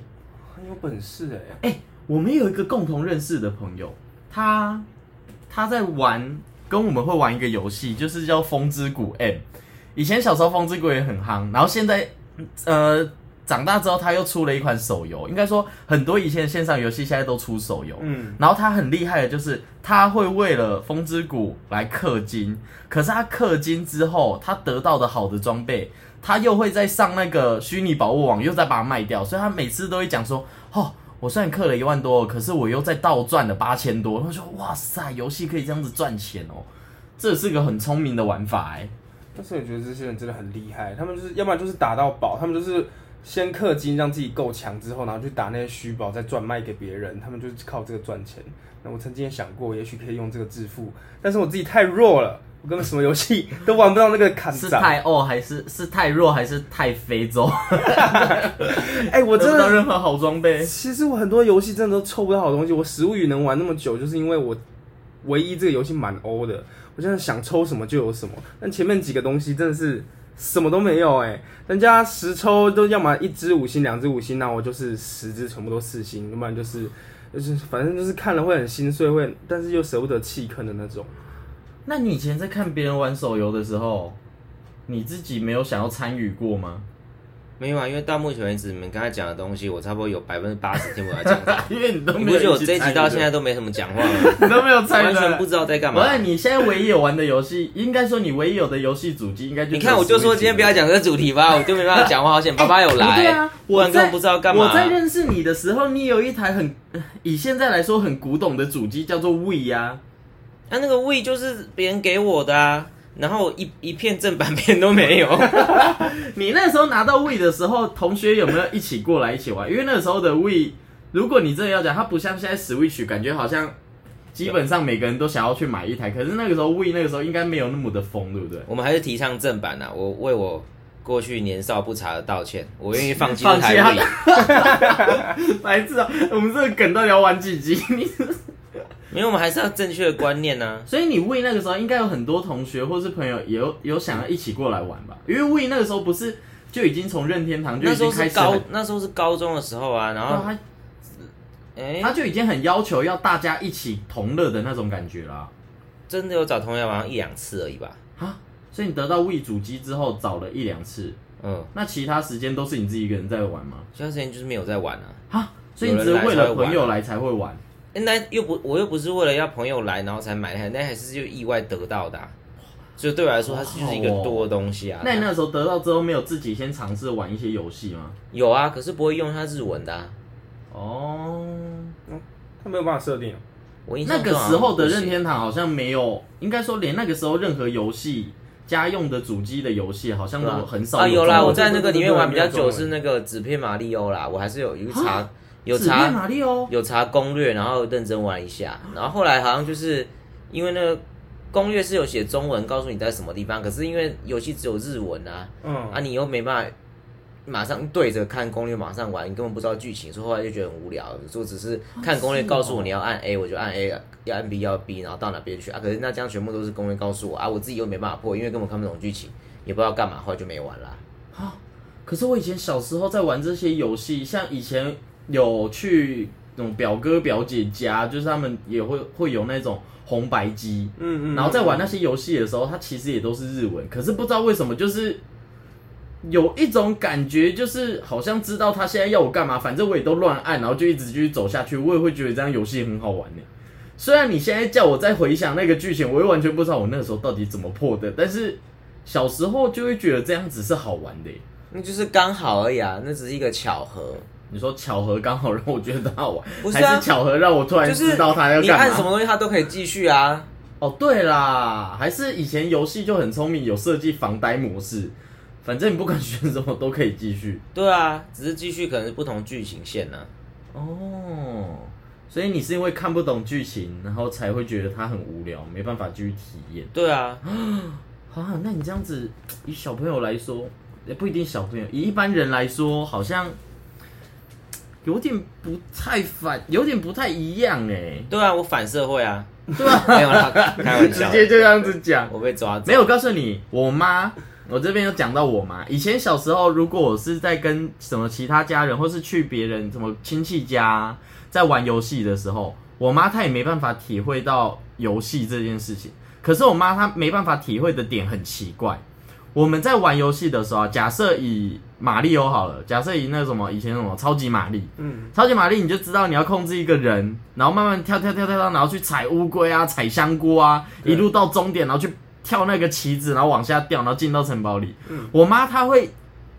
Speaker 2: 很有本事哎、
Speaker 3: 哎、我们有一个共同认识的朋友，他他在玩，跟我们会玩一个游戏，就是叫《风之谷 M》。以前小时候《风之谷》也很夯，然后现在呃长大之后，他又出了一款手游。应该说，很多以前的线上游戏现在都出手游。
Speaker 2: 嗯，
Speaker 3: 然后他很厉害的就是，他会为了风之谷来氪金，可是他氪金之后，他得到的好的装备，他又会再上那个虚拟宝物网，又再把它卖掉，所以他每次都会讲说，哦。我虽然氪了一万多，可是我又再倒赚了八千多。他说：“哇塞，游戏可以这样子赚钱哦，这是个很聪明的玩法哎、
Speaker 2: 但是我觉得这些人真的很厉害，他们就是要不然就是打到宝，他们就是先氪金让自己够强之后，然后去打那些虚宝，再转卖给别人，他们就是靠这个赚钱。那我曾经也想过，也许可以用这个致富，但是我自己太弱了，我根本什么游戏都玩不到那个砍
Speaker 3: 是
Speaker 2: 斩。
Speaker 3: 太哦，还是是太弱，还是太 (laughs) 非洲？
Speaker 2: 哎、我真
Speaker 3: 得不到
Speaker 2: 的，
Speaker 3: 任何好装备。
Speaker 2: 其实我很多游戏真的都凑不到好东西。我食物语能玩那么久，就是因为我唯一这个游戏蛮欧的，我真的想抽什么就有什么。但前面几个东西真的是什么都没有哎、人家十抽都要么一只五星，两只五星，那我就是十只全部都四星，要不然就是就是反正就是看了会很心碎，会但是又舍不得弃坑的那种。
Speaker 3: 那你以前在看别人玩手游的时候，你自己没有想要参与过吗？。
Speaker 1: 没有啊，因为到目前为止，你们刚才讲的东西，我差不多有百分之八十听不懂在讲什么
Speaker 3: 因为 (laughs) 你都
Speaker 1: 你不
Speaker 3: 没有
Speaker 1: 觉得我
Speaker 3: 一起
Speaker 1: 这一
Speaker 3: 参
Speaker 1: 集
Speaker 3: 与
Speaker 1: 到
Speaker 3: 的
Speaker 1: 现在，都没什么讲话吗？
Speaker 3: (laughs) 你都没有参与
Speaker 1: 完
Speaker 3: 的，
Speaker 1: 全不知道在干嘛
Speaker 3: 不。是，你现在唯一有玩的游戏，应该说你唯一有的游戏主机，应该就
Speaker 1: 你看，我就说今天不要讲这个主题
Speaker 3: (laughs)
Speaker 1: 吧，我就没办法讲话。好险，爸爸有
Speaker 3: 不对
Speaker 1: 来，
Speaker 3: 啊，
Speaker 1: 不
Speaker 3: 我
Speaker 1: 然根
Speaker 3: 在
Speaker 1: 本不知道干嘛。
Speaker 3: 我在认识你的时候，你有一台很 (laughs) 以现在来说很古董的主机，叫做 We 啊。
Speaker 1: 那、那个 We 就是别人给我的啊，然后一一片正版片都没有。 (laughs)
Speaker 3: 你那时候拿到 We 的时候，同学有没有一起过来一起玩？因为那时候的 We，如果你真的要讲，它不像现在 Switch，感觉好像基本上每个人都想要去买一台。可是那个时候 We 那个时候应该没有那么的疯，对不对？
Speaker 1: 我们还是提倡正版啊，我为我过去年少不察的道歉，我愿意放弃这
Speaker 3: 放弃啊
Speaker 1: 台 We。
Speaker 3: (laughs) 白痴啊！我们这个梗到底要玩几集？你
Speaker 1: 因为我们还是要正确的观念啊呢、
Speaker 3: (laughs) 所以你 We 那个时候应该有很多同学或是朋友也有有想要一起过来玩吧？因为 We 那个时候不是就已经从任天堂 (laughs) 就
Speaker 1: 那
Speaker 3: 已
Speaker 1: 时候
Speaker 3: 经
Speaker 1: 是
Speaker 3: 开始
Speaker 1: 高
Speaker 3: 很，，
Speaker 1: 那时候是高中的时候啊，然后
Speaker 3: 他
Speaker 1: 哎、
Speaker 3: 他就已经很要求要大家一起同乐的那种感觉啦。
Speaker 1: 真的有找同学玩一两次而已吧。
Speaker 3: 啊，所以你得到 We 主机之后找了一两次，
Speaker 1: 嗯，
Speaker 3: 那其他时间都是你自己一个人在玩吗？
Speaker 1: 其他时间就是没有在玩啊。
Speaker 3: 啊，所以你只是为了朋友
Speaker 1: 有人
Speaker 3: 来才会玩。
Speaker 1: 哎那又不，我又不是为了要朋友来，然后才买那台，那还是就意外得到的啊、所以对我来说，它就是一个多的东西啊。
Speaker 3: 那你那时候得到之后，没有自己先尝试玩一些游戏吗？
Speaker 1: 有啊，可是不会用它日文的、啊。
Speaker 3: 哦，
Speaker 2: 他没有办法设定啊，
Speaker 1: 我印象
Speaker 3: 那
Speaker 1: 中
Speaker 3: 个
Speaker 1: 好像
Speaker 3: 时候的
Speaker 1: 不
Speaker 3: 任
Speaker 1: 行
Speaker 3: 天堂好像没有，应该说连那个时候任何游戏家用的主机的游戏好像都很少
Speaker 1: 啊，有啦，
Speaker 3: 中文
Speaker 1: 我在那个里面玩比较
Speaker 2: 对对
Speaker 1: 久
Speaker 2: 对对
Speaker 1: 是那个纸片马里奥啦，我还是有有查
Speaker 3: 啊
Speaker 1: 有
Speaker 3: 纸片
Speaker 1: 查
Speaker 3: 马里奥
Speaker 1: 有查攻略，然后认真玩一下，然后后来好像就是因为那个攻略是有写中文，告诉你在什么地方，可是因为游戏只有日文啊，
Speaker 2: 嗯
Speaker 1: 啊，你又没办法马上对着看攻略马上玩，你根本不知道剧情，所以后来就觉得很无聊。就只是看攻略
Speaker 3: 是哦
Speaker 1: 告诉我你要按 A，我就按 A，要按 B 要 B，然后到哪边去啊？可是那这样全部都是攻略告诉我啊，我自己又没办法破，因为根本看不懂剧情，也不知道干嘛，后来就没玩啦。
Speaker 3: 啊。可是我以前小时候在玩这些游戏，像以前有去那种表哥表姐家，就是他们也会会有那种红白机，
Speaker 2: 嗯嗯，
Speaker 3: 然后在玩那些游戏的时候，它其实也都是日文，可是不知道为什么就是有一种感觉，就是好像知道他现在要我干嘛，反正我也都乱按，然后就一直继续走下去，我也会觉得这样游戏很好玩呢。欸虽然你现在叫我再回想那个剧情，我也完全不知道我那时候到底怎么破的，欸但是小时候就会觉得这样子是好玩的耶。欸
Speaker 1: 那就是刚好而已啊，那只是一个巧合。
Speaker 3: 你说巧合刚好让我觉得好玩，
Speaker 1: 不是
Speaker 3: 还
Speaker 1: 啊
Speaker 3: 是巧合让我突然
Speaker 1: 就是
Speaker 3: 知道他要
Speaker 1: 你
Speaker 3: 干嘛？
Speaker 1: 按什么东西它都可以继续啊。
Speaker 3: 哦，对啦，还是以前游戏就很聪明，有设计防呆模式，反正你不管选什么都可以继续。
Speaker 1: 对啊，只是继续可能是不同剧情线呢、啊。
Speaker 3: 哦，所以你是因为看不懂剧情，然后才会觉得它很无聊，没办法继续体验
Speaker 1: 对啊，
Speaker 3: 啊？那你这样子，以小朋友来说，也不一定小朋友，以一般人来说，好像有点不太反，有点不太一样哎。
Speaker 1: 对啊，我反社会啊。对啊，没有啦，开玩
Speaker 3: 直
Speaker 1: 笑的，
Speaker 3: 接就这样子讲，
Speaker 1: 我被抓走。
Speaker 3: 没有，我告诉你，我妈，我这边有讲到我妈。以前小时候，如果我是在跟什么其他家人，或是去别人什么亲戚家，在玩游戏的时候，我妈她也没办法体会到游戏这件事情。可是我妈她没办法体会的点很奇怪。我们在玩游戏的时候啊，假设以马里奥好了，假设以那什么以前什么超级玛丽，
Speaker 2: 嗯
Speaker 3: 超级玛丽，你就知道你要控制一个人，然后慢慢跳跳跳跳跳，然后去踩乌龟啊，踩香菇啊，一路到终点，然后去跳那个旗子，然后往下掉，然后进到城堡里。我妈她会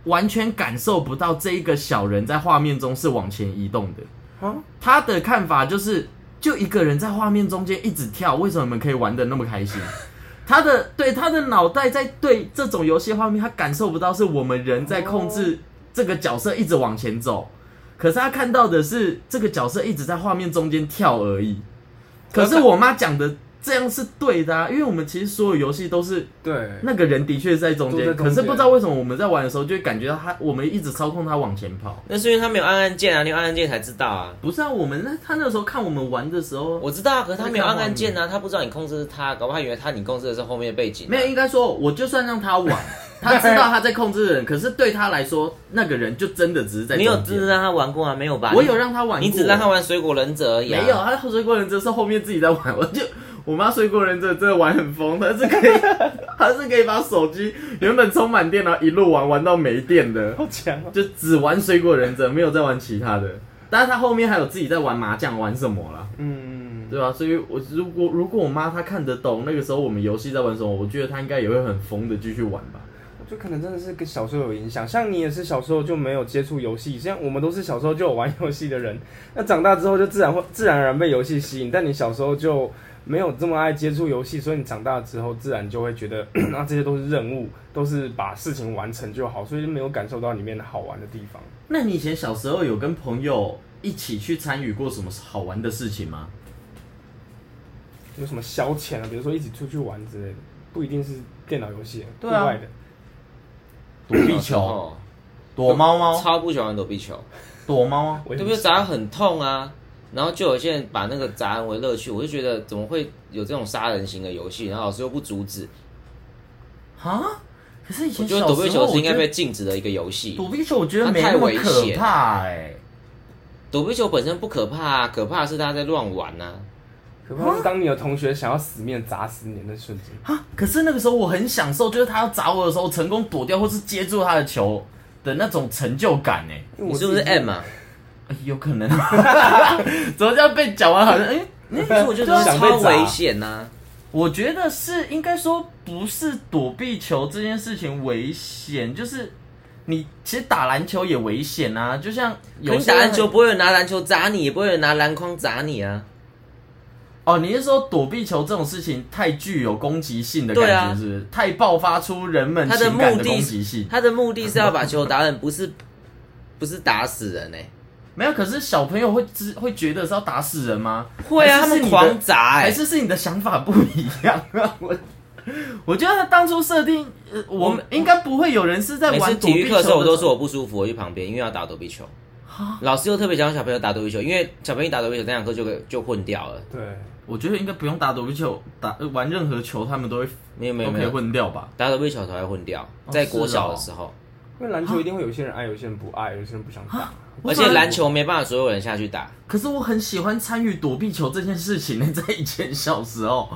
Speaker 3: 完全感受不到这一个小人在画面中是往前移动的，
Speaker 2: 啊，
Speaker 3: 她的看法就是，就一个人在画面中间一直跳，为什么你们可以玩的那么开心？ (laughs) 她的对她的脑袋在对这种游戏画面，她感受不到是我们人在控制这个角色一直往前走，可是她看到的是这个角色一直在画面中间跳而已。可是我妈讲的这样是对的啊，因为我们其实所有游戏都是
Speaker 2: 对，
Speaker 3: 那个人的确在中
Speaker 2: 都
Speaker 3: 间，
Speaker 2: 在中间
Speaker 3: 可是不知道为什么我们在玩的时候就会感觉到他，我们一直操控他往前跑。
Speaker 1: 那是因为他没有按按键啊，你有按按键才知道啊。
Speaker 3: 不是啊，我们那他那时候看我们玩的时候，
Speaker 1: 我知道啊，可是他没有按按键啊，他不知道你控制的是他，搞不好他以为他你控制的是后面的背景、啊。
Speaker 3: 没有，应该说我就算让他玩，他知道他在控制人，可是对他来说，那个人就真的只是在
Speaker 1: 你有
Speaker 3: 中
Speaker 1: 真
Speaker 3: 间
Speaker 1: 的。让他玩过吗？啊没有吧？
Speaker 3: 我有让他玩过，
Speaker 1: 你只让他玩水果忍者而已、啊。
Speaker 3: 没有，，他水果忍者是后面自己在玩，我就。我妈水果忍者真的玩很疯，她是可以， (laughs) 她是可以把手机原本充满电，然后一路玩玩到没电的。
Speaker 2: (laughs) 好强啊！
Speaker 3: 就只玩水果忍者，没有再玩其他的。但是他后面还有自己在玩麻将，玩什么啦，
Speaker 2: 嗯，
Speaker 3: 对吧、所以我如果如果我妈她看得懂那个时候我们游戏在玩什么，我觉得她应该也会很疯的继续玩吧。
Speaker 2: 就可能真的是跟小时候有影响，像你也是小时候就没有接触游戏，像我们都是小时候就有玩游戏的人， (laughs) 那长大之后就自然会自然而然被游戏吸引，但你小时候就没有这么爱接触游戏，所以你长大之后自然就会觉得， (clears throat) 那这些都是任务，都是把事情完成就好，所以就没有感受到里面的好玩的地方。
Speaker 3: 那你以前小时候有跟朋友一起去参与过什么好玩的事情吗？
Speaker 2: 有什么消遣啊，比如说一起出去玩之类的，不一定是电脑游戏，
Speaker 3: 对啊
Speaker 2: 户外的。
Speaker 3: 躲避球、
Speaker 1: 哦，
Speaker 3: 躲猫猫、
Speaker 1: 超不喜欢玩躲避球，
Speaker 3: 躲猫猫。
Speaker 2: 我
Speaker 1: 对
Speaker 2: 也
Speaker 1: 不
Speaker 2: 是
Speaker 1: 对？砸得很痛啊，然后就有些人把那个砸人为乐趣，我就觉得怎么会有这种杀人型的游戏？然后老师又不阻止，
Speaker 3: 啊？可是以
Speaker 1: 我
Speaker 3: 前
Speaker 1: 觉
Speaker 3: 小时
Speaker 1: 得
Speaker 3: 候
Speaker 1: 躲避球是应该
Speaker 3: 我觉
Speaker 1: 被
Speaker 3: 得
Speaker 1: 禁止的一个游戏。
Speaker 3: 躲避球，我觉得没那么可怕哎、
Speaker 1: 躲避球本身不可怕、啊，可怕的是大家在乱玩呐、啊。
Speaker 2: 可怕是当你的同学想要死面砸死你的那瞬间，
Speaker 3: 啊！可是那个时候我很享受，就是他要砸我的时候，成功躲掉或是接住他的球的那种成就感哎、
Speaker 2: 因为
Speaker 1: 你
Speaker 2: 我
Speaker 1: 是不是
Speaker 2: 自己
Speaker 1: M
Speaker 3: (laughs)
Speaker 2: (laughs)
Speaker 1: 啊？
Speaker 3: 哎有可能， (laughs) 怎么这样被讲完好像哎、
Speaker 1: 那可是我觉得
Speaker 2: 想被
Speaker 1: 超啊
Speaker 2: 砸
Speaker 1: 危险呐、
Speaker 3: 我觉得是应该说不是躲避球这件事情危险，就是你其实打篮球也危险啊，就像
Speaker 1: 可
Speaker 3: 有
Speaker 1: 你
Speaker 3: 些
Speaker 1: 打篮球
Speaker 3: 人
Speaker 1: 不会有人拿篮球砸你，也不会有人拿篮筐砸你啊。
Speaker 3: 哦，你是说躲避球这种事情太具有攻击性的感
Speaker 1: 对啊
Speaker 3: 觉，是不是？太爆发出人们
Speaker 1: 他的
Speaker 3: 情感
Speaker 1: 目
Speaker 3: 的
Speaker 1: 的
Speaker 3: 攻击性？
Speaker 1: 他的目的是要把球打人，不是不是打死人呢、欸
Speaker 3: 没有，可是小朋友会知会觉得是要打死人吗？
Speaker 1: 会啊，
Speaker 3: 还
Speaker 1: 他
Speaker 3: 是是
Speaker 1: 们
Speaker 3: 你的
Speaker 1: 狂砸哎、
Speaker 3: 还是是你的想法不一样 (laughs) 啊？我我觉得他当初设定，呃，我们应该不会有人是在
Speaker 1: 每次
Speaker 3: 玩躲
Speaker 1: 体
Speaker 3: 避
Speaker 1: 育
Speaker 3: 球
Speaker 1: 课的时候，我都说
Speaker 3: 说
Speaker 1: 我不舒服，我去旁边，因为要打躲避球。
Speaker 3: 啊
Speaker 1: 老师又特别想让小朋友打躲避球，因为小朋友一打躲避球，那堂课就就混掉了。
Speaker 2: 对，
Speaker 3: 我觉得应该不用打躲避球，打呃玩任何球他们都会
Speaker 1: 没有没有
Speaker 3: 都
Speaker 1: 没
Speaker 3: 哦可
Speaker 1: 有，
Speaker 3: 以混掉吧？
Speaker 1: 打躲避球才会混掉，
Speaker 3: 哦
Speaker 1: 在国小的时候，
Speaker 2: 因为篮球一定会有些人爱，有些人不爱，有些人不想
Speaker 3: 啊
Speaker 2: 打。
Speaker 1: 而且篮，球没办法所有人下去打。
Speaker 3: 可是我很喜欢参与躲避球这件事情呢。在以前小时候，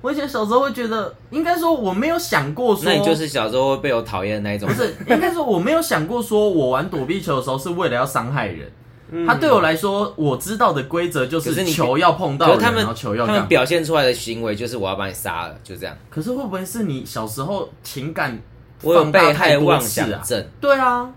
Speaker 3: 我以前小时候会觉得，应该说我没有想过说，
Speaker 1: 那你就是小时候会被我讨厌的那一种
Speaker 3: 不
Speaker 1: 人。
Speaker 3: 是，应该说我没有想过，说我玩躲避球的时候是为了要伤害人。
Speaker 2: 嗯
Speaker 3: 他对我来说，我知道的规则就
Speaker 1: 可是
Speaker 3: 是
Speaker 1: 你
Speaker 3: 球要碰到
Speaker 1: 可
Speaker 3: 人，
Speaker 1: 是他们
Speaker 3: 啊然后球
Speaker 1: 他
Speaker 3: 要
Speaker 1: 们
Speaker 3: 干。
Speaker 1: 表现出来的行为就是我要把你杀了，就这样。
Speaker 3: 可是会不会是你小时候情感
Speaker 1: 我有
Speaker 3: 放大
Speaker 1: 被
Speaker 3: 太
Speaker 1: 害
Speaker 3: 多
Speaker 1: 妄
Speaker 3: 次
Speaker 1: 想
Speaker 3: 啊？
Speaker 1: 症，
Speaker 3: 对啊，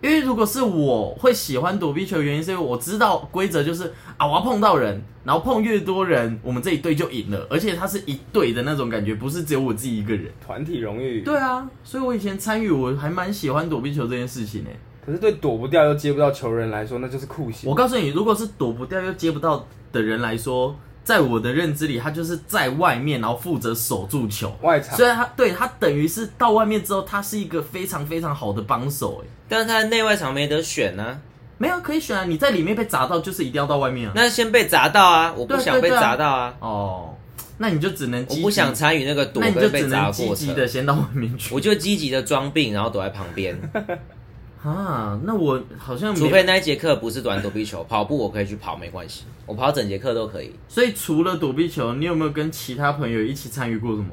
Speaker 3: 因为如果是我会喜欢躲避球，原因是因为我知道规则就是啊，我要碰到人，然后碰越多人，我们这一队就赢了，而且它是一队的那种感觉，不是只有我自己一个人。
Speaker 2: 团体荣誉，
Speaker 3: 对啊，所以我以前参与，我还蛮喜欢躲避球这件事情呢、
Speaker 2: 可是对躲不掉又接不到球人来说，那就是酷刑
Speaker 3: 我。告诉你，如果是躲不掉又接不到的人来说，在我的认知里，他就是在外面，然后负责守住球。
Speaker 2: 外场
Speaker 3: 虽然他对他等于是到外面之后，他是一个非常非常好的帮手，哎，
Speaker 1: 但是他的内外场没得选呢、
Speaker 3: 没有可以选啊，你在里面被砸到，就是一定要到外面啊。
Speaker 1: 那先被砸到啊！我不
Speaker 3: 对
Speaker 1: 想被
Speaker 3: 对对啊
Speaker 1: 砸到啊！
Speaker 3: 哦，那你就只能
Speaker 1: 我
Speaker 3: 积极
Speaker 1: 不想，参与那个躲
Speaker 3: 那你就
Speaker 1: 跟被
Speaker 3: 只
Speaker 1: 砸
Speaker 3: 能
Speaker 1: 的
Speaker 3: 积
Speaker 1: 过
Speaker 3: 极
Speaker 1: 程，
Speaker 3: 的先到外面
Speaker 1: (laughs)
Speaker 3: 去
Speaker 1: 我就积极的装病，然后躲在旁
Speaker 3: (laughs)
Speaker 1: 边。
Speaker 3: 啊。那我好像没
Speaker 1: 除非那一节课不是短躲避球，跑步我可以去跑，没关系，我跑整节课都可以。
Speaker 3: 所以除了躲避球，你有没有跟其他朋友一起参与过什么？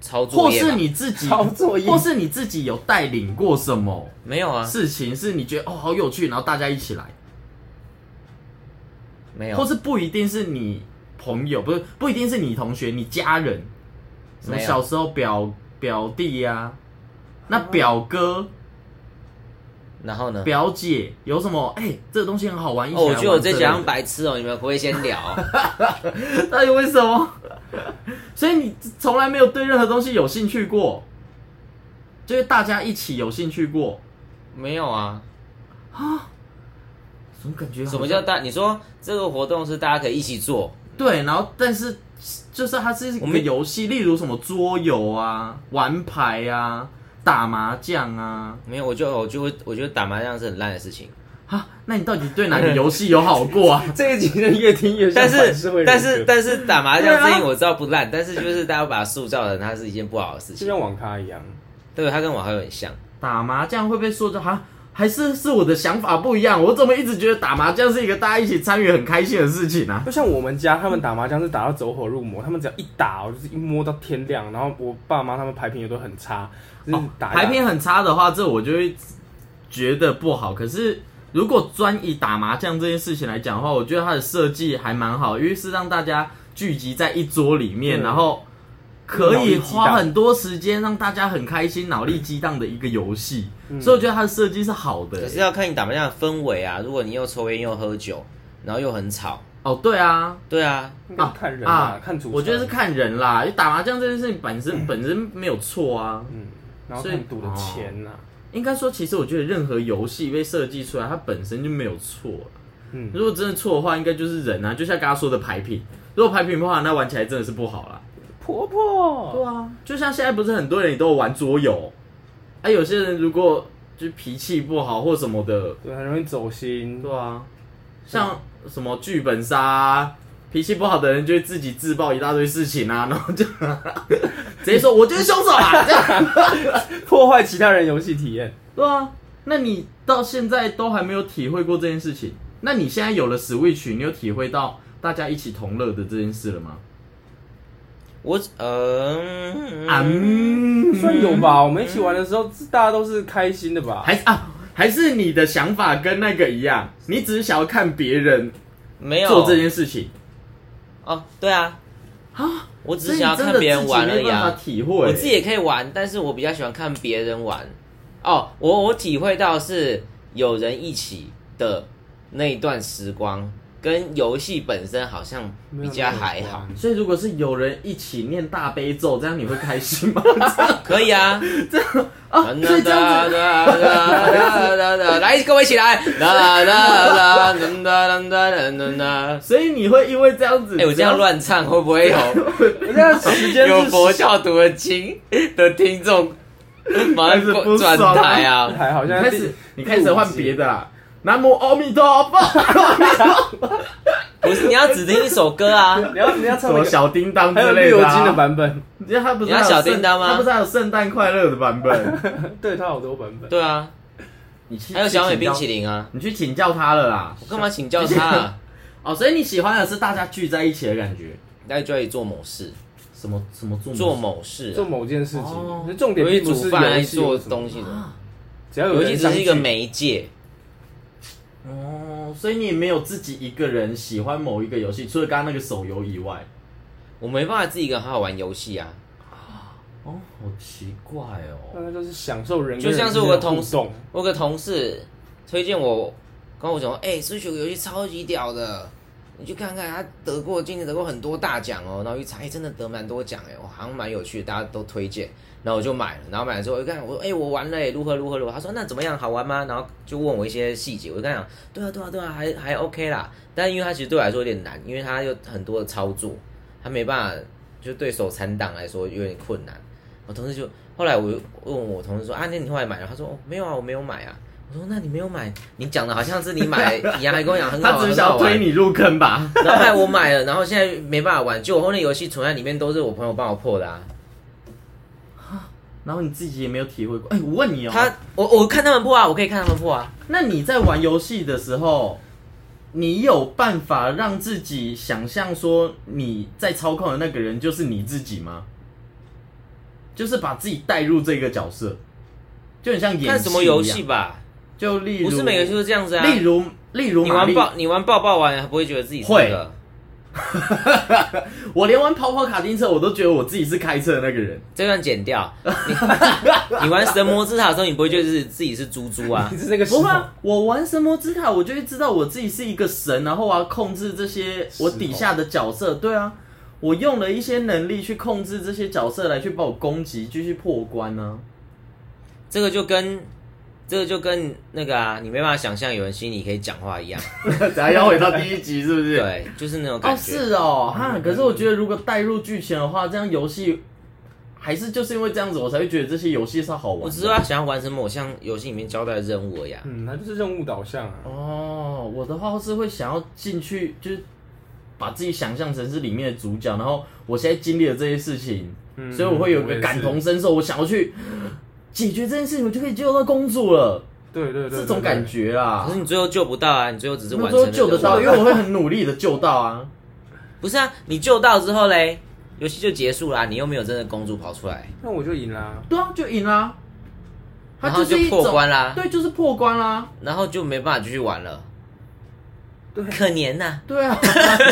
Speaker 1: 抄作
Speaker 3: 或
Speaker 1: 业
Speaker 3: 是
Speaker 1: 吧
Speaker 3: 你自己
Speaker 2: 抄作业
Speaker 3: 或是你自己有带领过什么？
Speaker 1: 没有啊？
Speaker 3: 事情是你觉得哦好有趣，然后大家一起来，
Speaker 1: 没有，啊
Speaker 3: 或是不一定是你朋友，不是不一定是你同学，你家人，什么
Speaker 1: 没有哦
Speaker 3: 小时候表表弟呀、那表哥、
Speaker 1: 然后呢？
Speaker 3: 表姐有什么？哎、这个东西很好玩，一起
Speaker 1: 哦，
Speaker 3: 来
Speaker 1: 我
Speaker 3: 玩
Speaker 1: 觉得我这
Speaker 3: 之类
Speaker 1: 几
Speaker 3: 的
Speaker 1: 样白痴哦，你们可不可以先聊？
Speaker 3: 到底为什么？所以你从来没有对任何东西有兴趣过，就是大家一起有兴趣过，
Speaker 1: 没有啊？
Speaker 3: 什么感觉好像？
Speaker 1: 什么叫大？你说这个活动是大家可以一起做，
Speaker 3: 对，然后但是就是它是一
Speaker 1: 我
Speaker 3: 个
Speaker 1: 们
Speaker 3: 游戏，例如什么桌游啊、玩牌啊、打麻将啊。
Speaker 1: 没有？我就我就会我觉得打麻将是很烂的事情，
Speaker 3: 啊，那你到底对哪个游戏有好过 (laughs) 啊？
Speaker 2: 这一集就越听越像
Speaker 1: 但
Speaker 2: 反社
Speaker 1: 是
Speaker 2: 会人格
Speaker 1: 但是但是打麻将
Speaker 3: 对啊
Speaker 1: 这情我知道不烂，但是就是大家把它塑造的它是一件不好的事
Speaker 2: 就
Speaker 1: 情，
Speaker 3: 啊
Speaker 2: 像网咖一样，
Speaker 1: 对，它跟网咖有点像。
Speaker 3: 打麻将会不会说着哈？还是是我的想法不一样？我怎么一直觉得打麻将是一个大家一起参与很开心的事情啊？
Speaker 2: 就像我们家他们打麻将是打到走火入魔，他们只要一打，我就是一摸到天亮。然后我爸妈他们牌品也都很差，就是
Speaker 3: 哦
Speaker 2: 打一打
Speaker 3: 牌品很差的话，这我就会觉得不好。可是如果专以打麻将这件事情来讲的话，我觉得它的设计还蛮好，因为是让大家聚集在一桌里面，
Speaker 2: 对
Speaker 3: 然后可
Speaker 2: 脑力
Speaker 3: 以
Speaker 2: 激
Speaker 3: 花
Speaker 2: 荡
Speaker 3: 很多时间让大家很开心、脑力激荡的一个游戏。
Speaker 2: 嗯
Speaker 3: 所以我觉得它的设计是好的、欸
Speaker 1: 可是要看你打麻将的氛围啊，如果你又抽烟又喝酒，然后又很吵，
Speaker 3: 哦，对啊，
Speaker 1: 对啊，
Speaker 2: 应该看人啊，看主，
Speaker 3: 我觉得是，看人啦，因为打麻将这件事情本身 (coughs) 本身没有错啊。
Speaker 2: 嗯，然后
Speaker 3: 所以哦
Speaker 2: 看赌的钱呐、啊
Speaker 3: 应该说，其实我觉得任何游戏被设计出来，它本身就没有错。
Speaker 2: 嗯
Speaker 3: 如果真的错的话，应该就是人啊，就像刚刚说的牌品。如果牌品不好，那玩起来真的是不好啦。
Speaker 2: 婆婆，
Speaker 3: 啊，就像现在不是很多人也都有玩桌游，啊，有些人如果就脾气不好或什么的，
Speaker 2: 对，很容易走心。
Speaker 3: 对啊，像什么剧本杀啊、脾气不好的人就会自己自爆一大堆事情啊， (laughs) 然后就直接说我就是凶手啊，这样
Speaker 2: 破坏其他人游戏体验。
Speaker 3: 对啊。那你到现在都还没有体会过这件事情，那你现在有了 Switch，你有体会到大家一起同乐的这件事了吗？
Speaker 1: 我呃嗯
Speaker 3: 啊，嗯
Speaker 2: 算有吧，我们一起玩的时候，大家都是开心的吧？
Speaker 3: 还是啊，还是你的想法跟那个一样，你只是想要看别人
Speaker 1: 没有
Speaker 3: 做这件事情
Speaker 1: 哦，对啊，
Speaker 3: 啊？
Speaker 1: 我只
Speaker 3: 所
Speaker 1: 是
Speaker 3: 以你
Speaker 1: 想要
Speaker 3: 真
Speaker 1: 看
Speaker 3: 的
Speaker 1: 别人
Speaker 3: 自己
Speaker 1: 玩而
Speaker 3: 没
Speaker 1: 已
Speaker 3: 办法
Speaker 1: 啊。
Speaker 3: 体会，
Speaker 1: 我自己也可以玩，但是我比较喜欢看别人玩。哦，我我体会到是有人一起的那一段时光，跟游戏本身好像比较还好。。
Speaker 3: 所以如果是有人一起念大悲咒，这样你会开心吗？ (laughs)
Speaker 1: (laughs) 可以啊，
Speaker 3: 啊，
Speaker 1: 哒
Speaker 3: 所以这样
Speaker 1: 哒
Speaker 3: 子，
Speaker 1: 哒哒哒哒，来，各位一起来，哒哒哒哒哒哒哒哒。
Speaker 3: 所以你会因为这样子，
Speaker 1: 哎，我这样乱唱会不会
Speaker 3: (laughs)
Speaker 1: 有
Speaker 2: 人家时间
Speaker 1: 有
Speaker 2: 是
Speaker 1: 佛教徒的经的听众马
Speaker 3: 开始
Speaker 1: 上
Speaker 3: 不
Speaker 1: 转
Speaker 3: 爽
Speaker 1: 台啊？
Speaker 2: 还好，
Speaker 3: 你
Speaker 2: 现在
Speaker 3: 开
Speaker 2: 第
Speaker 3: 始，你开始换别的啦。南无阿弥陀
Speaker 2: (laughs)
Speaker 3: 佛，
Speaker 1: 不是，你要只听一首歌啊。
Speaker 2: 你要你要
Speaker 3: 什
Speaker 2: 唱那
Speaker 3: 么
Speaker 2: 个，
Speaker 3: 小叮当之
Speaker 2: 还有绿
Speaker 3: 类
Speaker 2: 油
Speaker 3: 的、
Speaker 2: 精的
Speaker 3: 啊。
Speaker 2: 版本，
Speaker 3: 你知道他不是
Speaker 1: 你要
Speaker 3: 还有
Speaker 1: 小
Speaker 3: 圣
Speaker 1: 叮当吗
Speaker 3: 他不是还有圣诞快乐的版
Speaker 1: (laughs)
Speaker 3: 本？
Speaker 2: 对它好多版本。
Speaker 1: 对啊，
Speaker 3: 你去
Speaker 1: 还有小美冰淇
Speaker 3: 淋，
Speaker 1: 淋啊，
Speaker 3: 你去请教他了啦。
Speaker 1: 我干嘛请教他、 (laughs) 啊？
Speaker 3: 哦，所以你喜欢的是大家聚在一起的感觉，
Speaker 1: 在这里做某事，
Speaker 3: 什么什么做
Speaker 1: 做某事、
Speaker 2: 嗯
Speaker 1: 啊
Speaker 2: 做某件事
Speaker 3: 哦
Speaker 2: 情，就重
Speaker 1: 有
Speaker 2: 点
Speaker 1: 一
Speaker 2: 并不
Speaker 1: 煮
Speaker 2: 是
Speaker 1: 饭
Speaker 2: 游
Speaker 1: 来
Speaker 2: 戏
Speaker 1: 做
Speaker 2: 或什么啊
Speaker 1: 东，西的，
Speaker 2: 只要有
Speaker 1: 游戏
Speaker 2: 人
Speaker 1: 只
Speaker 2: 上
Speaker 1: 是
Speaker 2: 去
Speaker 1: 一个媒介。
Speaker 3: 哦，所以你也没有自己一个人喜欢某一个游戏，除了刚刚那个手游以外。
Speaker 1: 我没办法自己一个人好好玩游戏啊，
Speaker 3: 哦，好奇怪
Speaker 2: 那
Speaker 3: 哦。
Speaker 2: 他就是享受人跟
Speaker 1: 就
Speaker 2: 人
Speaker 1: 像是我
Speaker 2: 之间的
Speaker 1: 同
Speaker 2: 互
Speaker 1: 事
Speaker 2: 动
Speaker 1: 我有个同事推荐我，跟我讲说，哎、s w i t c h 有个游戏超级屌的，你去看看，他得过今年得过很多大奖哦。然后一查，哎、真的得蛮多奖哎，我好像蛮有趣的，大家都推荐，然后我就买了。然后买了之后，我一看，我说，哎、我玩了哎，如何如何如何？他说，那怎么样，好玩吗？然后就问我一些细节，我就跟他讲，对啊对啊对啊，还还 OK 啦。但因为他其实对我来说有点难，因为他有很多的操作，他没办法，就对手残党来说有点困难。我同事就后来我又问我同事说啊，那你后来买了？他说哦，没有啊，我没有买啊。我说那你没有买，你讲的好像是你买一样，还跟我讲很好
Speaker 3: 他
Speaker 1: 玩，
Speaker 3: 只
Speaker 1: 很
Speaker 3: 是想
Speaker 1: 好
Speaker 3: 要推
Speaker 1: 玩。
Speaker 3: 你入坑吧？
Speaker 1: (laughs) 然后后来我买了，然后现在没办法玩，就我后面游戏存在里面都是我朋友帮我破的啊。
Speaker 3: 然后你自己也没有体会过。哎、我问你哦，
Speaker 1: 他我我看他们破啊，我可以看他们破啊。
Speaker 3: 那你在玩游戏的时候，你有办法让自己想象说你在操控的那个人就是你自己吗？就是把自己带入这个角色，就很像演戏
Speaker 1: 看什么游
Speaker 3: 一
Speaker 1: 戏
Speaker 3: 样？
Speaker 1: 吧，
Speaker 3: 就例如
Speaker 1: 不是每个游戏都这样子啊。
Speaker 3: 例如例如
Speaker 1: 你
Speaker 3: 玛
Speaker 1: 玩
Speaker 3: 丽，
Speaker 1: 抱你玩抱抱玩还不会觉得自己是那个，
Speaker 3: (laughs) 我连玩跑跑卡丁车我都觉得我自己是开车的那个人。
Speaker 1: 这段剪
Speaker 3: (laughs)
Speaker 1: 掉。你你玩神魔之塔的时候，你不会觉得是自己是猪猪啊
Speaker 3: (laughs)
Speaker 2: 你？是那个
Speaker 3: 不
Speaker 2: 时
Speaker 3: 会
Speaker 2: 候
Speaker 3: 啊，我玩神魔之塔，我就会知道我自己是一个神，然后我要控制这些我底下的角色。对啊，我用了一些能力去控制这些角色来去把我攻击，继续破关
Speaker 1: (laughs)
Speaker 3: 啊呢、
Speaker 1: 这个就跟这个就跟那个啊，你没办法想象有人心里可以讲话一样。
Speaker 3: 啊。等下要回到第一集是不是？
Speaker 1: 对，就是那种
Speaker 3: 哦，
Speaker 1: 感嗯觉。
Speaker 3: 是哦，哈。可是我觉得如果带入剧情的话，这样游戏还是就是因为这样子，我才会觉得这些游戏是好玩的。
Speaker 1: 我只是要想要完成某项游戏里面交代的任务而已啊。
Speaker 2: 嗯，它就是任务导向啊。
Speaker 3: 哦，我的话是会想要进去，就是把自己想象成是里面的主角，然后我现在经历了这些事情，
Speaker 2: 嗯
Speaker 3: 所以我会有一
Speaker 2: 我
Speaker 3: 个
Speaker 2: 也是
Speaker 3: 感同身受，我想要去解决这件事情，我就可以救到公主了，
Speaker 2: 对对对对，
Speaker 3: 这种感觉
Speaker 1: 啊可
Speaker 3: 啦
Speaker 1: 是。你最后救不到啊，你最后只是
Speaker 3: 我
Speaker 1: 完
Speaker 3: 最
Speaker 1: 成
Speaker 3: 后
Speaker 1: 了
Speaker 3: 救
Speaker 1: 任
Speaker 3: 得
Speaker 1: 务啊
Speaker 3: 到，因为我会很努力的救到啊。
Speaker 1: 不是啊，你救到之后嘞，游戏就结束啦，你又没有真的公主跑出来，
Speaker 2: 对。那我就赢啦。
Speaker 3: 对啊，就赢啦。它
Speaker 1: 然后
Speaker 3: 是一种
Speaker 1: 破关啦，
Speaker 3: 对，就是破关啦。
Speaker 1: 然后就没办法继续玩了。
Speaker 2: 对
Speaker 1: 可怜呐、
Speaker 3: 对 (laughs) 啊，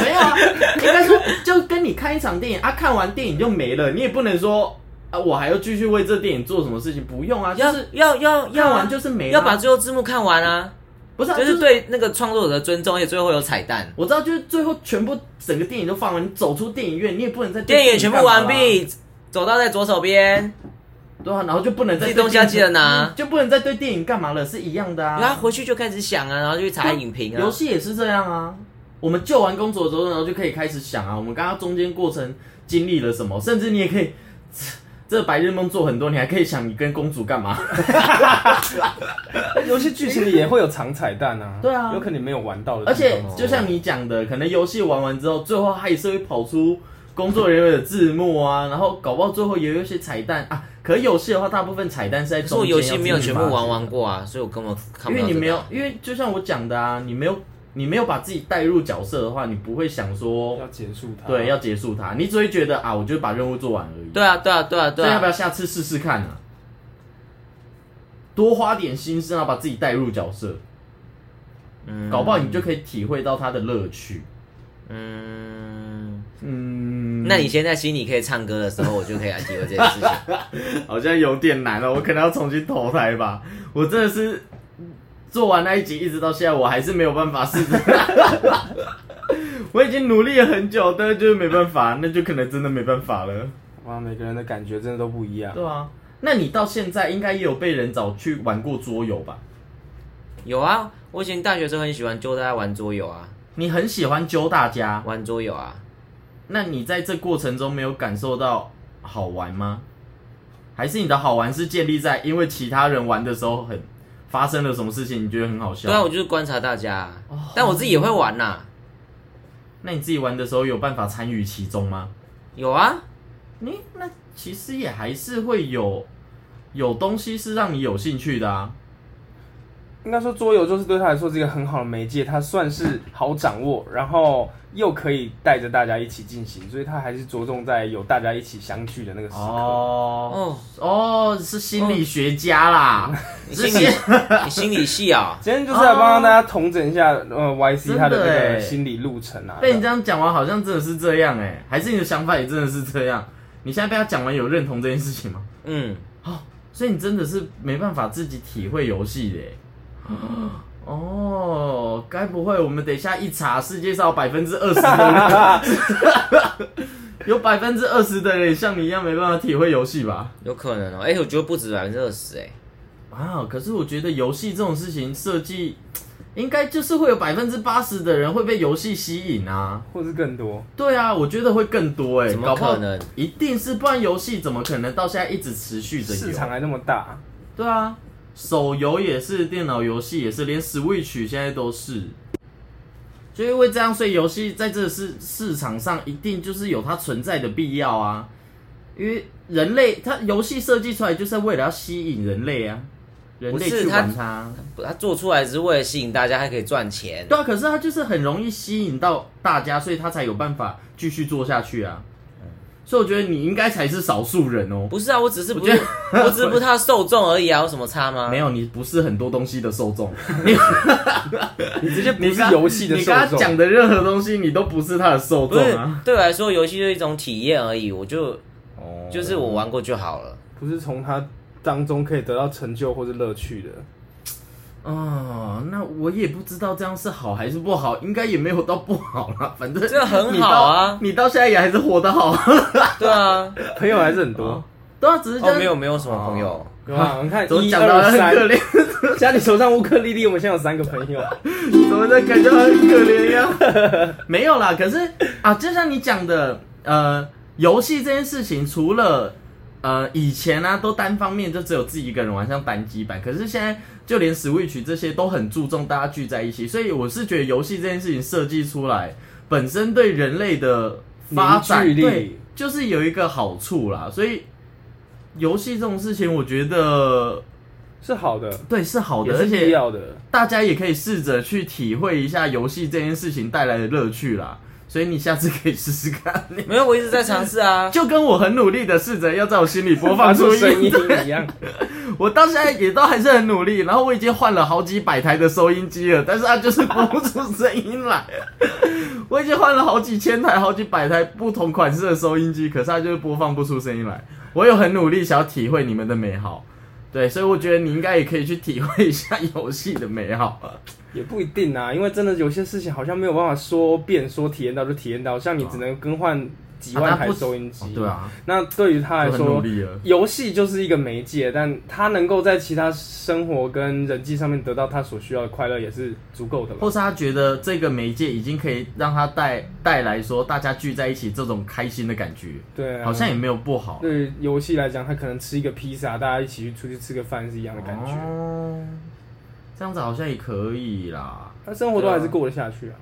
Speaker 3: 没有啊，应该说就跟你看一场电影啊，看完电影就没了，你也不能说啊，我还要继续为这电影做什么事情，不用啊，就
Speaker 1: 要
Speaker 3: 是
Speaker 1: 要要要
Speaker 3: 看
Speaker 1: 啊
Speaker 3: 完就是没了，
Speaker 1: 要把最后字幕看完啊，
Speaker 3: 不是啊、
Speaker 1: 就
Speaker 3: 就是
Speaker 1: 是对那个创作者的尊重，而且最后会有彩蛋。
Speaker 3: 我知道，就是最后全部整个电影都放完，你走出电影院，你也不能再对
Speaker 1: 电影全部完
Speaker 3: 电影
Speaker 1: 毕，走到在左手边，
Speaker 3: 干嘛啦，对啊，然后就不能再
Speaker 1: 自
Speaker 3: 对
Speaker 1: 己东西要记得
Speaker 3: 电
Speaker 1: 拿
Speaker 3: 影，。嗯就不能再对电影干嘛了，是一样的
Speaker 1: 然
Speaker 3: 啊
Speaker 1: 后。回去就开始想啊，然后就去查影评啊
Speaker 3: 游。戏也是这样啊。我们救完公主之后，然后就可以开始想啊，我们刚刚中间过程经历了什么，甚至你也可以。这白日梦做很多，你还可以想你跟公主干嘛？
Speaker 2: 游戏剧情里也会有藏彩蛋啊。
Speaker 3: 对啊
Speaker 2: 有可能你没有玩到的
Speaker 3: 而
Speaker 2: 地方
Speaker 3: 且
Speaker 2: 啊。
Speaker 3: 哦就像你讲的，可能游戏玩完之后，最后它也是会跑出工作人员的字幕啊，然后搞不好最后也有一些彩蛋啊。可游戏的话，大部分彩蛋是在
Speaker 1: 可是我
Speaker 3: 中间，
Speaker 1: 游戏没有全部玩
Speaker 3: 要
Speaker 1: 完过啊，所以我根本看
Speaker 3: 自己
Speaker 1: 不到、
Speaker 3: 发现，因为你没有，，因为就像我讲的啊，你没有你没有把自己带入角色的话，你不会想说
Speaker 2: 要结束它。
Speaker 3: 对，要结束它，你只会觉得啊，我就把任务做完而已。
Speaker 1: 啊对啊，对啊，对啊，对
Speaker 3: 所以要不
Speaker 1: 啊。
Speaker 3: 要下次试试看啊？多花点心思，然后把自己带入角色，
Speaker 1: 嗯
Speaker 3: 搞不好你就可以体会到它的乐趣。
Speaker 1: 嗯，
Speaker 3: 嗯，
Speaker 1: 那你现在心里可以唱歌的时候，我就可以来体会这件事情。 (laughs)
Speaker 3: 好像有点难了，我可能要重新投胎吧。我真的是做完那一集，一直到现在，我还是没有办法试着。 (laughs) 我已经努力了很久，但是就是没办法，那就可能真的没办法了。
Speaker 2: 哇，每个人的感觉真的都不一样。
Speaker 3: 对啊，那你到现在应该也有被人找去玩过桌游吧？
Speaker 1: 有啊，我以前大学时候很喜欢揪大家玩桌游啊，
Speaker 3: 你很喜欢揪大家，
Speaker 1: 玩桌游啊，
Speaker 3: 那你在这过程中没有感受到好玩吗？还是你的好玩是建立在因为其他人玩的时候很发生了什么事情，你觉得很好笑？
Speaker 1: 对啊，我就是观察大家啊，但我自己也会玩呐、
Speaker 3: 那你自己玩的时候有办法参与其中吗？
Speaker 1: 有啊，
Speaker 3: 你那其实也还是会有有东西是让你有兴趣的啊。
Speaker 2: 应该说桌游就是对他来说是一个很好的媒介，他算是好掌握，然后又可以带着大家一起进行，所以他还是着重在有大家一起相聚的那个时刻。
Speaker 3: 哦
Speaker 1: 哦，
Speaker 3: 哦，是心理学家啦，
Speaker 1: 你
Speaker 3: 这
Speaker 1: 心
Speaker 3: 些
Speaker 1: 理你心理系啊、
Speaker 2: 今天就是来帮大家统整一下，呃，YC 他的那
Speaker 3: 真的欸
Speaker 2: 个心理路程啊。
Speaker 3: 被你这样讲完，好像真的是这样哎、还是你的想法也真的是这样？你现在被他讲完，有认同这件事情吗？
Speaker 1: 嗯，
Speaker 3: 所以你真的是没办法自己体会游戏的欸、哦，该不会我们等一下一查，世界上有百分之二十的人， (laughs) 有百分之二十的人也像你一样没办法体会游戏吧？
Speaker 1: 有可能哦、哎、我觉得不止百分之二十，哎，
Speaker 3: 啊，可是我觉得游戏这种事情设计，应该就是会有百分之八十的人会被游戏吸引啊。
Speaker 2: 或是更多，
Speaker 3: 对啊，我觉得会更多哎、
Speaker 1: 怎么
Speaker 3: 搞不好
Speaker 1: 可能
Speaker 3: 一定是，不然游戏怎么可能到现在一直持续着
Speaker 2: 市
Speaker 3: 有？啊
Speaker 2: 场还那么大，
Speaker 3: 对啊，手游也是，电脑游戏也是，连 Switch 现在都是。就因为这样，所以游戏在这个市市场上一定就是有它存在的必要啊。因为人类，它游戏设计出来就是为了要吸引人类啊，人类
Speaker 1: 不是
Speaker 3: 去玩
Speaker 1: 它
Speaker 3: 它。
Speaker 1: 他做出来只是为了吸引大家，还可以赚钱。
Speaker 3: 对啊，可是它就是很容易吸引到大家，所以它才有办法继续做下去啊。所以我觉得你应该才是少数人哦。
Speaker 1: 不是啊，我只是不是，我只是不是他受众而已啊，有什么差吗？
Speaker 3: 没有，你不是很多东西的受 (laughs) 众，
Speaker 2: 你直接不
Speaker 3: 你
Speaker 2: 是
Speaker 3: 刚
Speaker 2: 游戏的
Speaker 3: 你
Speaker 2: 受
Speaker 3: 刚刚讲
Speaker 2: 众。
Speaker 3: 的任何东西，你都不是他的受
Speaker 1: 不
Speaker 3: 众
Speaker 1: 是
Speaker 3: 啊。
Speaker 1: 对我来说，游戏就是一种体验而已，我就
Speaker 3: 哦，
Speaker 1: 就是我玩过就好了。
Speaker 2: 不是从他当中可以得到成就或是乐趣的，
Speaker 3: (laughs) 哦，那我也不知道这样是好还是不好，应该也没有到不好啦， (laughs) 反正
Speaker 1: 这很
Speaker 3: 你到
Speaker 1: 好啊
Speaker 3: 你到现在也还是活得好。 (laughs)
Speaker 1: 对啊，
Speaker 2: 朋友还是很多。
Speaker 3: 对啊，只是这
Speaker 1: 哦，
Speaker 3: 样
Speaker 1: 没有没哦有什么朋
Speaker 3: 哦
Speaker 1: 友，
Speaker 2: 对吧？我们看
Speaker 3: 怎么
Speaker 2: 一
Speaker 3: 讲到
Speaker 2: 二
Speaker 3: 很
Speaker 2: 三，
Speaker 3: 可怜，
Speaker 2: 加你手上乌克丽丽，我们现在有三个朋友。
Speaker 3: 怎么在感觉很可怜一样？
Speaker 2: (laughs)
Speaker 3: 没有啦，可是啊，就像你讲的，呃，游戏这件事情，除了呃以前啊，都单方面就只有自己一个人玩，像单机版，可是现在就连 Switch 这些都很注重大家聚在一起，所以我是觉得游戏这件事情设计出来，本身对人类的发展
Speaker 2: 凝聚力
Speaker 3: 对，就是有一个好处啦，所以。游戏这种事情，我觉得
Speaker 2: 是好的，
Speaker 3: 对是好的，
Speaker 2: 也
Speaker 3: 而
Speaker 2: 是
Speaker 3: 且
Speaker 2: 必要的。
Speaker 3: 大家也可以试着去体会一下游戏这件事情带来的乐趣啦。所以你下次可以试试看，
Speaker 1: 没有，我一直在尝试啊。
Speaker 3: 就跟我很努力的试着要在我心里播
Speaker 2: 发
Speaker 3: 放
Speaker 2: 出
Speaker 3: 出
Speaker 2: 声
Speaker 3: 音，
Speaker 2: 音一
Speaker 3: (laughs)
Speaker 2: 样，
Speaker 3: 我到现在也都还是很努力，然后我已经换了好几百台的收音机了，但是它就是播不出声音来。我已经换了好几千台、好几百台不同款式的收音机，可是它就是播放不出声音来。我有很努力想要体会你们的美好，对，所以我觉得你应该也可以去体会一下游戏的美好。
Speaker 2: 也不一定啊，因为真的有些事情好像没有办法说变说体验到就体验到，像你只能更换几
Speaker 3: 啊
Speaker 2: 万
Speaker 3: 那
Speaker 2: 台
Speaker 3: 不
Speaker 2: 收音机、
Speaker 3: 哦对啊，
Speaker 2: 那对于他来
Speaker 3: 就很努
Speaker 2: 说，
Speaker 3: 力了。
Speaker 2: 游戏就是一个媒介，但他能够在其他生活跟人际上面得到他所需要的快乐，也是足够的吧。
Speaker 3: 或是他觉得这个媒介已经可以让他带带来说大家聚在一起这种开心的感觉，
Speaker 2: 对啊，
Speaker 3: 好像也没有不好。
Speaker 2: 对于游戏来讲，他可能吃一个披萨，大家一起去出去吃个饭是一样的感觉，
Speaker 3: 哦，这样子好像也可以啦。
Speaker 2: 他生活都还是过得下去啊。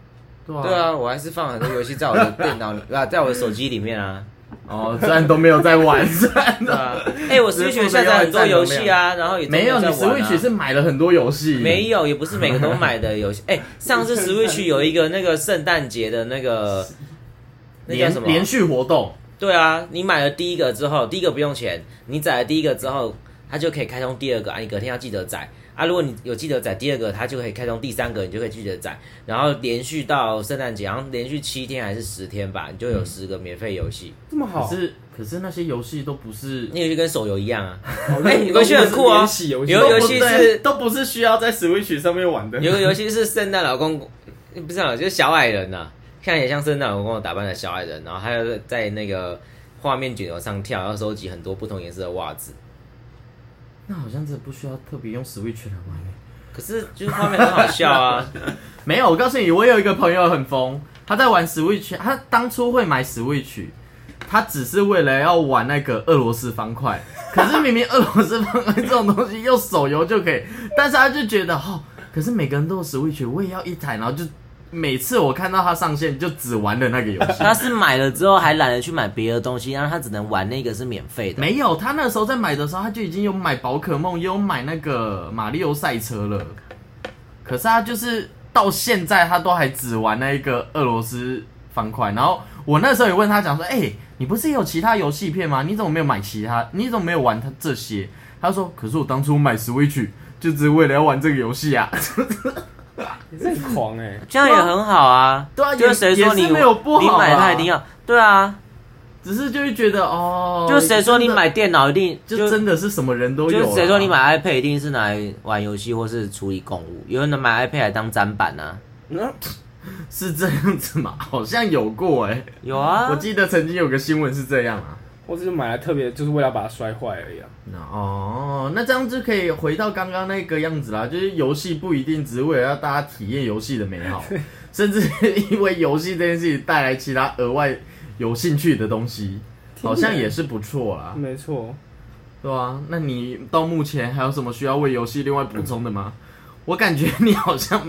Speaker 3: 对啊，
Speaker 1: 对啊，我还是放很多游戏在我的电脑里啊，在我的手机里面啊。
Speaker 3: 哦，虽然都没有
Speaker 1: (laughs)
Speaker 3: 在玩，虽然
Speaker 1: 对啊，哎、我 Switch 下载很多游戏啊，然后也都
Speaker 3: 没有，
Speaker 1: 有
Speaker 3: 你
Speaker 1: 在玩啊
Speaker 3: Switch 是买了很多游戏，
Speaker 1: 没有，也不是每个都买的游戏。哎、上次 Switch 有一个那个圣诞节的那个，那叫
Speaker 3: 连
Speaker 1: 什么？
Speaker 3: 连续活动，
Speaker 1: 啊对啊，你买了第一个之后，第一个不用钱，你载了第一个之后，它就可以开通第二个啊，你隔天要记得载啊。如果你有记得载第二个，它就可以开通第三个，你就可以记得载，然后连续到圣诞节，然后连续七天还是十天吧，你就有十个免费游戏。
Speaker 2: 这么
Speaker 3: 可
Speaker 2: 好，
Speaker 3: 是可是那些游戏都不是
Speaker 1: 那游戏跟手游一样啊，
Speaker 2: 好
Speaker 1: 哎你回去很酷哦
Speaker 3: 啊
Speaker 2: 都不是免洗游戏
Speaker 1: 有
Speaker 3: 都
Speaker 1: 游
Speaker 3: 不
Speaker 1: 戏
Speaker 3: 对
Speaker 1: 是
Speaker 3: (laughs) 都不是需要在 Switch 上面玩的。
Speaker 1: 有个游戏是圣诞老公，不是啊，就是小矮人呐、看起来像圣诞老公公打扮的小矮人，然后他要在那个画面卷轴上跳，要收集很多不同颜色的袜子。
Speaker 3: 那好像真的不需要特别用 Switch 来玩欸。
Speaker 1: 可是就是画面很好笑啊，
Speaker 3: 没有，我告诉你，我有一个朋友很疯，他在玩 Switch，他当初会买 Switch，他只是为了要玩那个俄罗斯方块。可是明明俄罗斯方块这种东西用手游就可以，但是他就觉得哦，可是每个人都有 Switch，我也要一台，然后就每次我看到他上线就只玩了那个游戏。
Speaker 1: 他是买了之后还懒得去买别的东西，然后他只能玩那个是免费的。
Speaker 3: 没有，他那时候在买的时候，他就已经有买宝可梦，也有买那个马里奥赛车了。可是他就是到现在，他都还只玩那一个俄罗斯方块。然后我那时候也问他讲说：“哎、你不是也有其他游戏片吗？你怎么没有买其他？你怎么没有玩他这些？”他说：“可是我当初买 Switch 就只是为了要玩这个游戏啊。 (laughs)
Speaker 2: 你真很狂哎，
Speaker 1: 这样也很好啊，
Speaker 3: 对啊
Speaker 1: 就是谁说
Speaker 3: 也
Speaker 1: 你
Speaker 3: 也是没有不好啊
Speaker 1: 你买它一定要对啊，”
Speaker 3: 只是就会觉得哦，
Speaker 1: 就是谁说你
Speaker 3: 真的
Speaker 1: 买电脑一定
Speaker 3: 就真的是什么人都有
Speaker 1: 就
Speaker 3: 啊。
Speaker 1: 是谁说你买 iPad 一定是拿来玩游戏或是处理公务？有人能买 iPad 来当砧板呢、啊？
Speaker 2: 嗯
Speaker 3: 是这样子吗？好像有过哎、
Speaker 1: 有啊，
Speaker 3: 我记得曾经有个新闻是这样啊。
Speaker 2: 我只是买来特别就是为了把它摔坏而已啊。
Speaker 3: 那哦，那这样就可以回到刚刚那个样子啦，就是游戏不一定只是为了让大家体验游戏的美好，甚至因为游戏这件事情带来其他额外有兴趣的东西，好像也是不错啦，
Speaker 1: 嗯
Speaker 2: 没错，
Speaker 3: 对啊，那你到目前还有什么需要为游戏另外补充的吗？我感觉你好像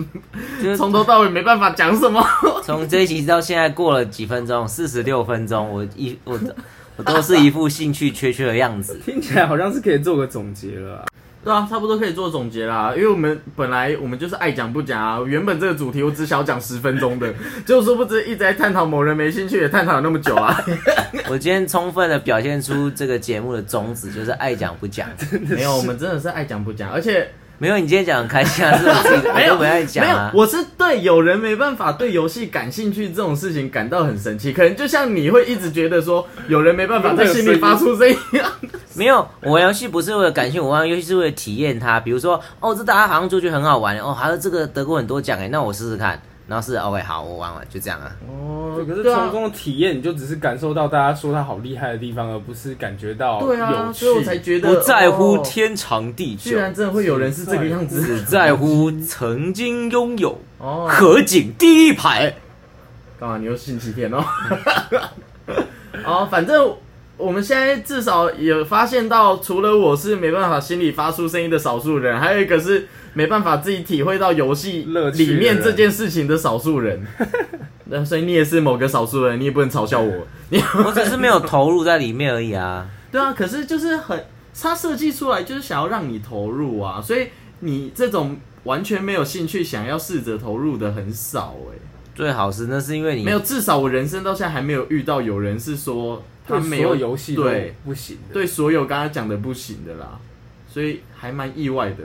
Speaker 1: 就是
Speaker 3: 从头到尾没办法讲什么。
Speaker 1: 从这一集到现在过了几分钟，四十六分钟，我一我 (laughs) 我都是一副兴趣缺缺的样子。
Speaker 2: 听起来好像是可以做个总结了啊。
Speaker 3: 对啊，差不多可以做总结啦，因为我们本来我们就是爱讲不讲啊。原本这个主题我只想讲十分钟的， (laughs) 结果殊不知一直在探讨某人没兴趣，也探讨了那么久啊。
Speaker 1: 我今天充分的表现出这个节目的宗旨，就是爱讲不讲。
Speaker 3: (laughs) 没有，我们真的是爱讲不讲，而且
Speaker 1: 没有，你今天讲得很开心啊，是我自己 (laughs) 的，我
Speaker 3: 没有
Speaker 1: 都不爱讲啊
Speaker 3: 没有，。我是对有人没办法对游戏感兴趣这种事情感到很生气，可能就像你会一直觉得说有人没办 (laughs) 法在心里发出声音一样。
Speaker 1: 没有，我玩游戏不是为了感兴趣，我玩游戏是为了体验它。比如说，哦，这大家好像就觉得很好玩，哦，还有这个得过很多奖哎，那我试试看。然后是 OK，好，我玩玩，就这样啊。
Speaker 3: 哦
Speaker 2: 对可是从中的体验，你就只是感受到大家说他好厉害的地方，而不是感觉到
Speaker 3: 对啊，
Speaker 2: 有趣。
Speaker 3: 所以我才觉得
Speaker 1: 不在乎
Speaker 3: 哦
Speaker 1: 天长地
Speaker 3: 居
Speaker 1: 久，
Speaker 3: 然真的会有人是这个样子。
Speaker 1: 只在乎曾经拥有。
Speaker 3: 哦，
Speaker 1: 河景第一 (laughs) 排，
Speaker 3: 干嘛？你又信欺骗哦？ (laughs) 哦，反正我们现在至少也发现到，除了我是没办法心里发出声音的少数人，还有一个是没办法自己体会到游戏
Speaker 2: 乐趣的
Speaker 3: 里
Speaker 2: 人
Speaker 3: 面这件事情的少数人。那所以你也是某个少数人，你也不能嘲笑我。你
Speaker 1: 我只是没有投入在里面而已啊。
Speaker 3: 对啊，可是就是很，它设计出来就是想要让你投入啊，所以你这种完全没有兴趣想要试着投入的很少哎、
Speaker 1: 最好是那是因为你
Speaker 3: 嗯没有，至少我人生到现在还没有遇到有人是说他
Speaker 2: 对
Speaker 3: 没
Speaker 2: 所
Speaker 3: 有
Speaker 2: 游戏都
Speaker 3: 对
Speaker 2: 不行的。
Speaker 3: 对所有刚刚讲的不行的啦，所以还蛮意外的。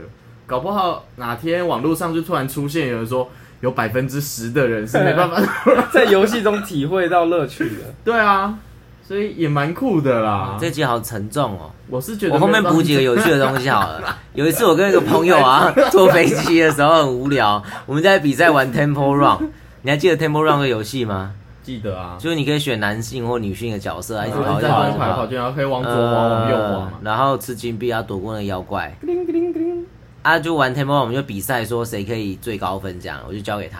Speaker 3: 搞不好哪天网络上就突然出现有人说有百分之十的人是没办
Speaker 2: (laughs)
Speaker 3: 法，
Speaker 2: 啊在游戏中体会到乐趣的。
Speaker 3: 对啊，所以也蛮酷的啦。
Speaker 1: 嗯这集好沉重哦。
Speaker 3: 我是觉得
Speaker 1: 我后面
Speaker 3: 没有
Speaker 1: 补几个有趣的东西好了。 (laughs) 有一次我跟一个朋友
Speaker 3: (laughs)
Speaker 1: 啊坐飞机的时候很无聊，我们在比赛玩 Temple Run，你还记得 Temple Run 的游戏吗？
Speaker 3: 记得啊，
Speaker 1: 就是你可以选男性或女性的角色，啊，一直
Speaker 3: 就
Speaker 1: 跑一直
Speaker 3: 是哦在
Speaker 1: 跑
Speaker 3: 跑
Speaker 1: 一
Speaker 3: 来
Speaker 1: 直
Speaker 3: 跑
Speaker 1: 跑
Speaker 3: 去，，然后可以往左滑，往右滑
Speaker 1: 呃
Speaker 3: 嘛，。
Speaker 1: 然后吃金币啊，躲过那个妖怪。
Speaker 2: 叮铃叮铃叮铃
Speaker 1: 啊，就玩 Temple，Run，我们就比赛说谁可以最高分这样，我就交给他。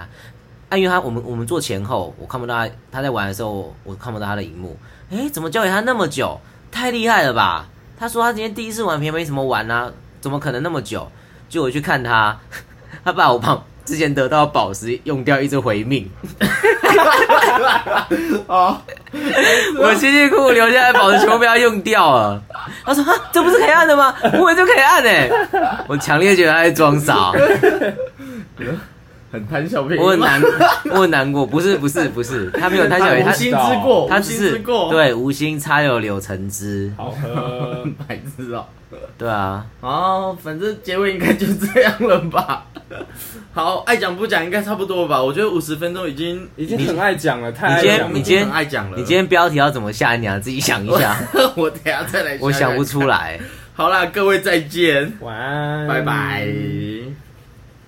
Speaker 1: 啊，因为他我们我们做前后，我看不到他他在玩的时候，我看不到他的荧幕。诶，怎么交给他那么久？太厉害了吧！他说他今天第一次玩，平没什么玩啊，怎么可能那么久？就我去看他， (laughs) 他把我把之前得到的宝石用掉，一直回命。呃
Speaker 3: (laughs) 哦，
Speaker 1: (laughs) 我辛辛苦苦留下来的宝石全部被他用掉啊了。他说：“哈，这不是可以欸按的 (laughs) (laughs) 吗？我以为就可以按诶、我强烈觉得他在装傻。
Speaker 3: 很贪小便宜吗。
Speaker 1: 我很难，我很难过，不是不是不是，他没有贪小便宜，
Speaker 3: 无
Speaker 1: 他
Speaker 3: 心之过，
Speaker 1: 他
Speaker 3: 无
Speaker 1: 只
Speaker 3: 心
Speaker 1: 是
Speaker 3: 之过，，
Speaker 1: 对无心插柳柳橙汁，
Speaker 2: 好呃 (laughs) 喝。
Speaker 3: (laughs) 白痴哦、
Speaker 1: 对啊，
Speaker 3: 好，反正结尾应该就这样了吧。 (laughs) 好，爱讲不讲应该差不多了吧？我觉得五十分钟已经
Speaker 2: 已经很爱讲了，太
Speaker 1: 你今天
Speaker 2: 爱讲了。
Speaker 1: 你今天
Speaker 3: 很爱讲了。
Speaker 1: 你今天标题要怎么下，你要啊自己想一下，
Speaker 3: (laughs) 我等一下再
Speaker 1: (laughs)
Speaker 3: 来。
Speaker 1: 我想不。出嗯来，
Speaker 3: 好啦，各位再见，
Speaker 2: 晚安，
Speaker 3: 拜拜，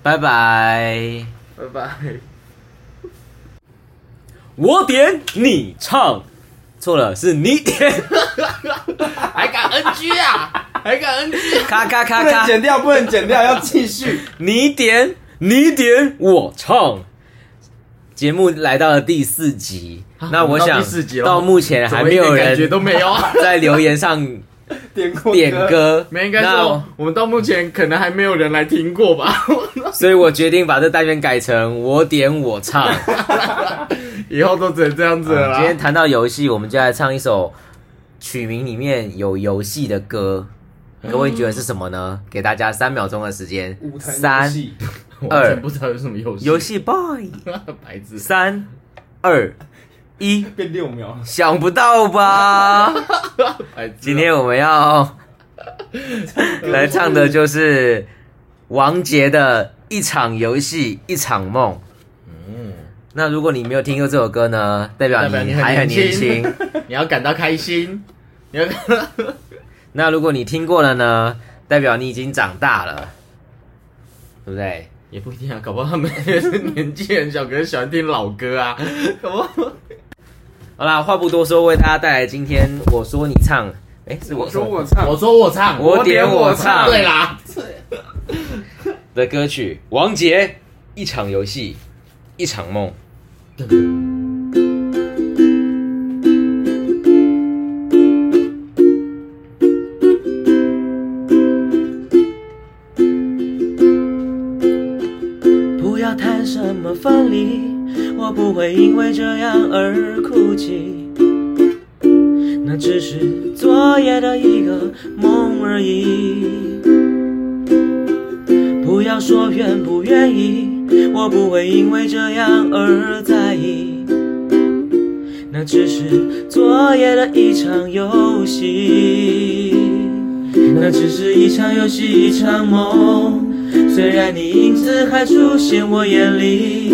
Speaker 1: 拜拜。
Speaker 3: 拜拜。
Speaker 1: 我点你唱，错了是你点，
Speaker 3: 还敢 NG 啊？还敢 NG？
Speaker 1: (laughs) 咔咔咔
Speaker 2: 不
Speaker 1: 咔
Speaker 2: 能，剪掉，不能剪掉，要继 (laughs) 续。
Speaker 1: 你点你点我唱。节目来到了第四集，那
Speaker 3: 我
Speaker 1: 我
Speaker 3: 啊们到
Speaker 1: 想
Speaker 3: 第四集了
Speaker 1: 到目前还没有
Speaker 3: 怎么一点感觉
Speaker 1: 人
Speaker 3: 都没有啊。
Speaker 1: (laughs) 在留言上
Speaker 2: 点过
Speaker 1: 点，歌，
Speaker 3: 没应该说
Speaker 1: 那，
Speaker 3: 我们到目前可能还没有人来听过
Speaker 1: (laughs)
Speaker 3: 吧。
Speaker 1: 所以我决定把这单元改成我点我
Speaker 3: (laughs)
Speaker 1: 唱。
Speaker 3: 以后都只能这样子了啦。
Speaker 1: 今天谈到游戏，我们就来唱一首曲名里面有游戏的歌，各位觉得是什么
Speaker 3: 嗯
Speaker 1: 呢？给大家三秒钟的时间
Speaker 2: 舞，台游
Speaker 1: 三
Speaker 2: 戏，
Speaker 3: 我完全不知道有什么游戏。
Speaker 1: 游戏 boy，
Speaker 3: (laughs) 白痴。
Speaker 1: 三二一，
Speaker 2: 变六秒。
Speaker 1: 想不到吧？
Speaker 3: 白痴。啊
Speaker 1: 今天我们要来唱的就是王杰的《一场游戏一场梦》。那如果你没有听过这首歌呢，代表
Speaker 3: 代表
Speaker 1: 你
Speaker 3: 你
Speaker 1: 还
Speaker 3: 很
Speaker 1: 很年
Speaker 3: 年
Speaker 1: 轻
Speaker 3: 轻。你要感到开心，你要 (laughs) 感到
Speaker 1: (laughs) 那如果你听过了呢，代表你已经长大了，对不对？
Speaker 3: 也不一定啊，搞不好他们年纪很小，可是喜欢听老歌啊，搞不好
Speaker 1: 好啦，话不多说，为大家带来今天我说你唱，哎，是我
Speaker 2: 我说我唱，
Speaker 3: 我说我唱，
Speaker 1: 我点我唱
Speaker 3: 对啦，
Speaker 1: 的歌曲，王杰《一场游戏一场梦》。不要谈什么分离，我不会因为这样而哭泣。那只是昨夜的一个梦而已。不要说愿不愿意，我不会因为这样而在意。那只是昨夜的一场游戏，那只是一场游戏一场梦。虽然你影子还出现我眼里，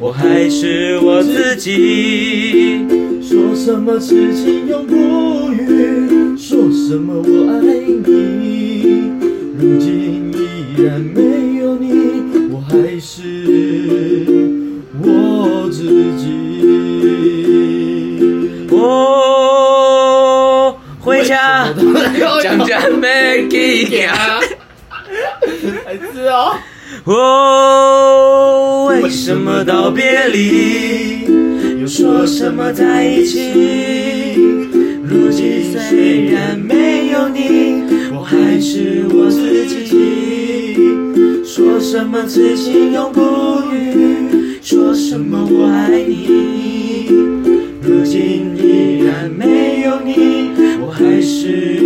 Speaker 1: 我还是我自己。
Speaker 4: 说什么痴情永不渝，说什么我爱你，如今依然没有你，我还是我自己。
Speaker 1: 我哦回家，讲讲没给呀。
Speaker 3: 白痴哦，
Speaker 1: 哦，为什么道别离，又说什么在一起？如今虽然没有你，我还是我自己。说什么痴情永不渝，说什么我爱你，如今依然没有你，我还是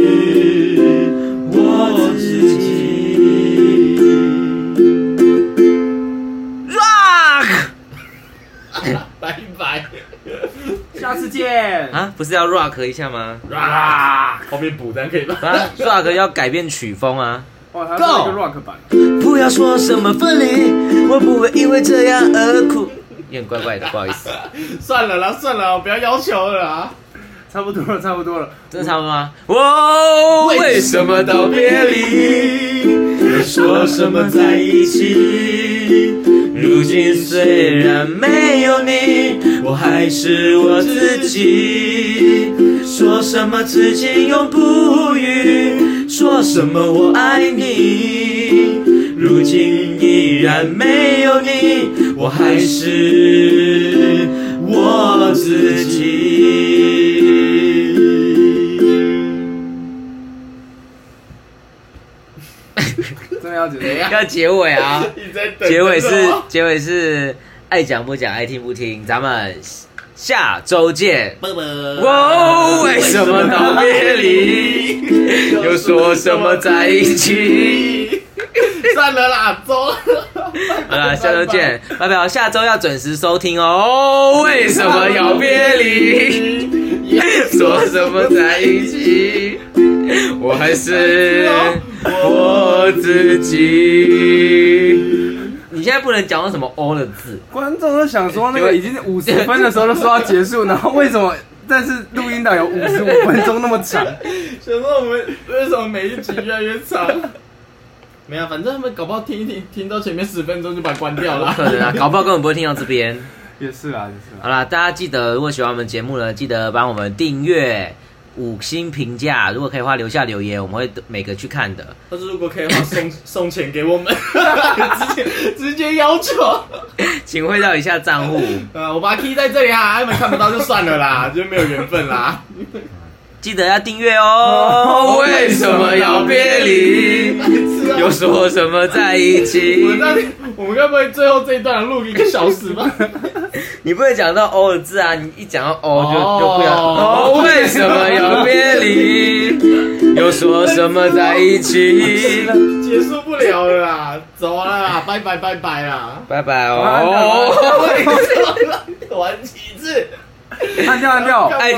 Speaker 1: 我自己。Rock
Speaker 3: 拜拜，
Speaker 2: 下次见。
Speaker 1: 啊，不是要 rock 一下吗？
Speaker 3: 啊，后面补单可以吧？
Speaker 1: 啊，rock 要改变曲风啊。
Speaker 2: 哇，还有一个 rock 版，
Speaker 1: 不要说什么分离，我不会因为这样而哭。有点怪怪的，不好意 (laughs) 思，
Speaker 3: 算了啦，算了啦，不要要求了啦。
Speaker 2: 差不多了，差不多了。
Speaker 1: 真的差不多吗？哦，为什么道别离？说什么在一起？如今虽然没有你，我还是我自己。说什么痴情永不渝，说什么我爱你。
Speaker 4: 如今依然没有你，我还是我自己。
Speaker 2: 真的要结束。
Speaker 1: 要结尾啊！
Speaker 3: 你在等
Speaker 1: 结尾是结尾是爱讲不讲，爱听不听，咱们下周见。
Speaker 3: 拜拜。
Speaker 1: 哇，哦为什么道别离？又说什么在一起？
Speaker 3: 算了啦，走了。
Speaker 1: 好了，下周见，拜拜！下周要准时收听哦。为什么要别离？说什么在一起？我还是我自己。你现在不能讲到什么“哦”的字，
Speaker 2: 观众都想说，那个已经五十分的时候都说要结束，然后为什么？但是录音档有五十五分钟那么长，
Speaker 3: 想说我们为什么每一集越来越长？没有、啊，反正他们搞不好听一听，听到前面十分钟就把它关掉了
Speaker 1: (laughs) 不。可能啊，搞不好根本不会听到这边。
Speaker 2: 也是啦，也是啦。
Speaker 1: 好啦，大家记得，如果喜欢我们节目呢，记得帮我们订阅、五星评价，如果可以的话留下留言，我们会每个去看的。
Speaker 3: 但是如果可以的话，送送钱
Speaker 1: (laughs)
Speaker 3: 给我们，直接直接要求。
Speaker 1: 请汇到以下账户，
Speaker 3: 呃，我把它 key 在这里啊，他们看不到就算了啦，就没有缘分啦。
Speaker 1: 记得要订阅哦。为什么要别
Speaker 3: (laughs)
Speaker 1: 离？ (laughs) 又说什么在一
Speaker 3: 啊我们
Speaker 1: 起？
Speaker 3: 到底，我们该不会最后这一段录一个小时
Speaker 1: (laughs)
Speaker 3: 吧？
Speaker 1: 你不能讲到“哦”的字啊！你一讲到“哦”就
Speaker 3: 哦
Speaker 1: 就不要。哦，为什么要别离？又说什么在一起？
Speaker 3: 结束不了了啦，走了啦，拜拜拜拜
Speaker 1: (laughs)
Speaker 3: 啦， (laughs)
Speaker 1: 拜拜
Speaker 2: 晚安晚
Speaker 1: 哦。
Speaker 3: 玩几次。
Speaker 2: 按掉，按掉。
Speaker 1: 爱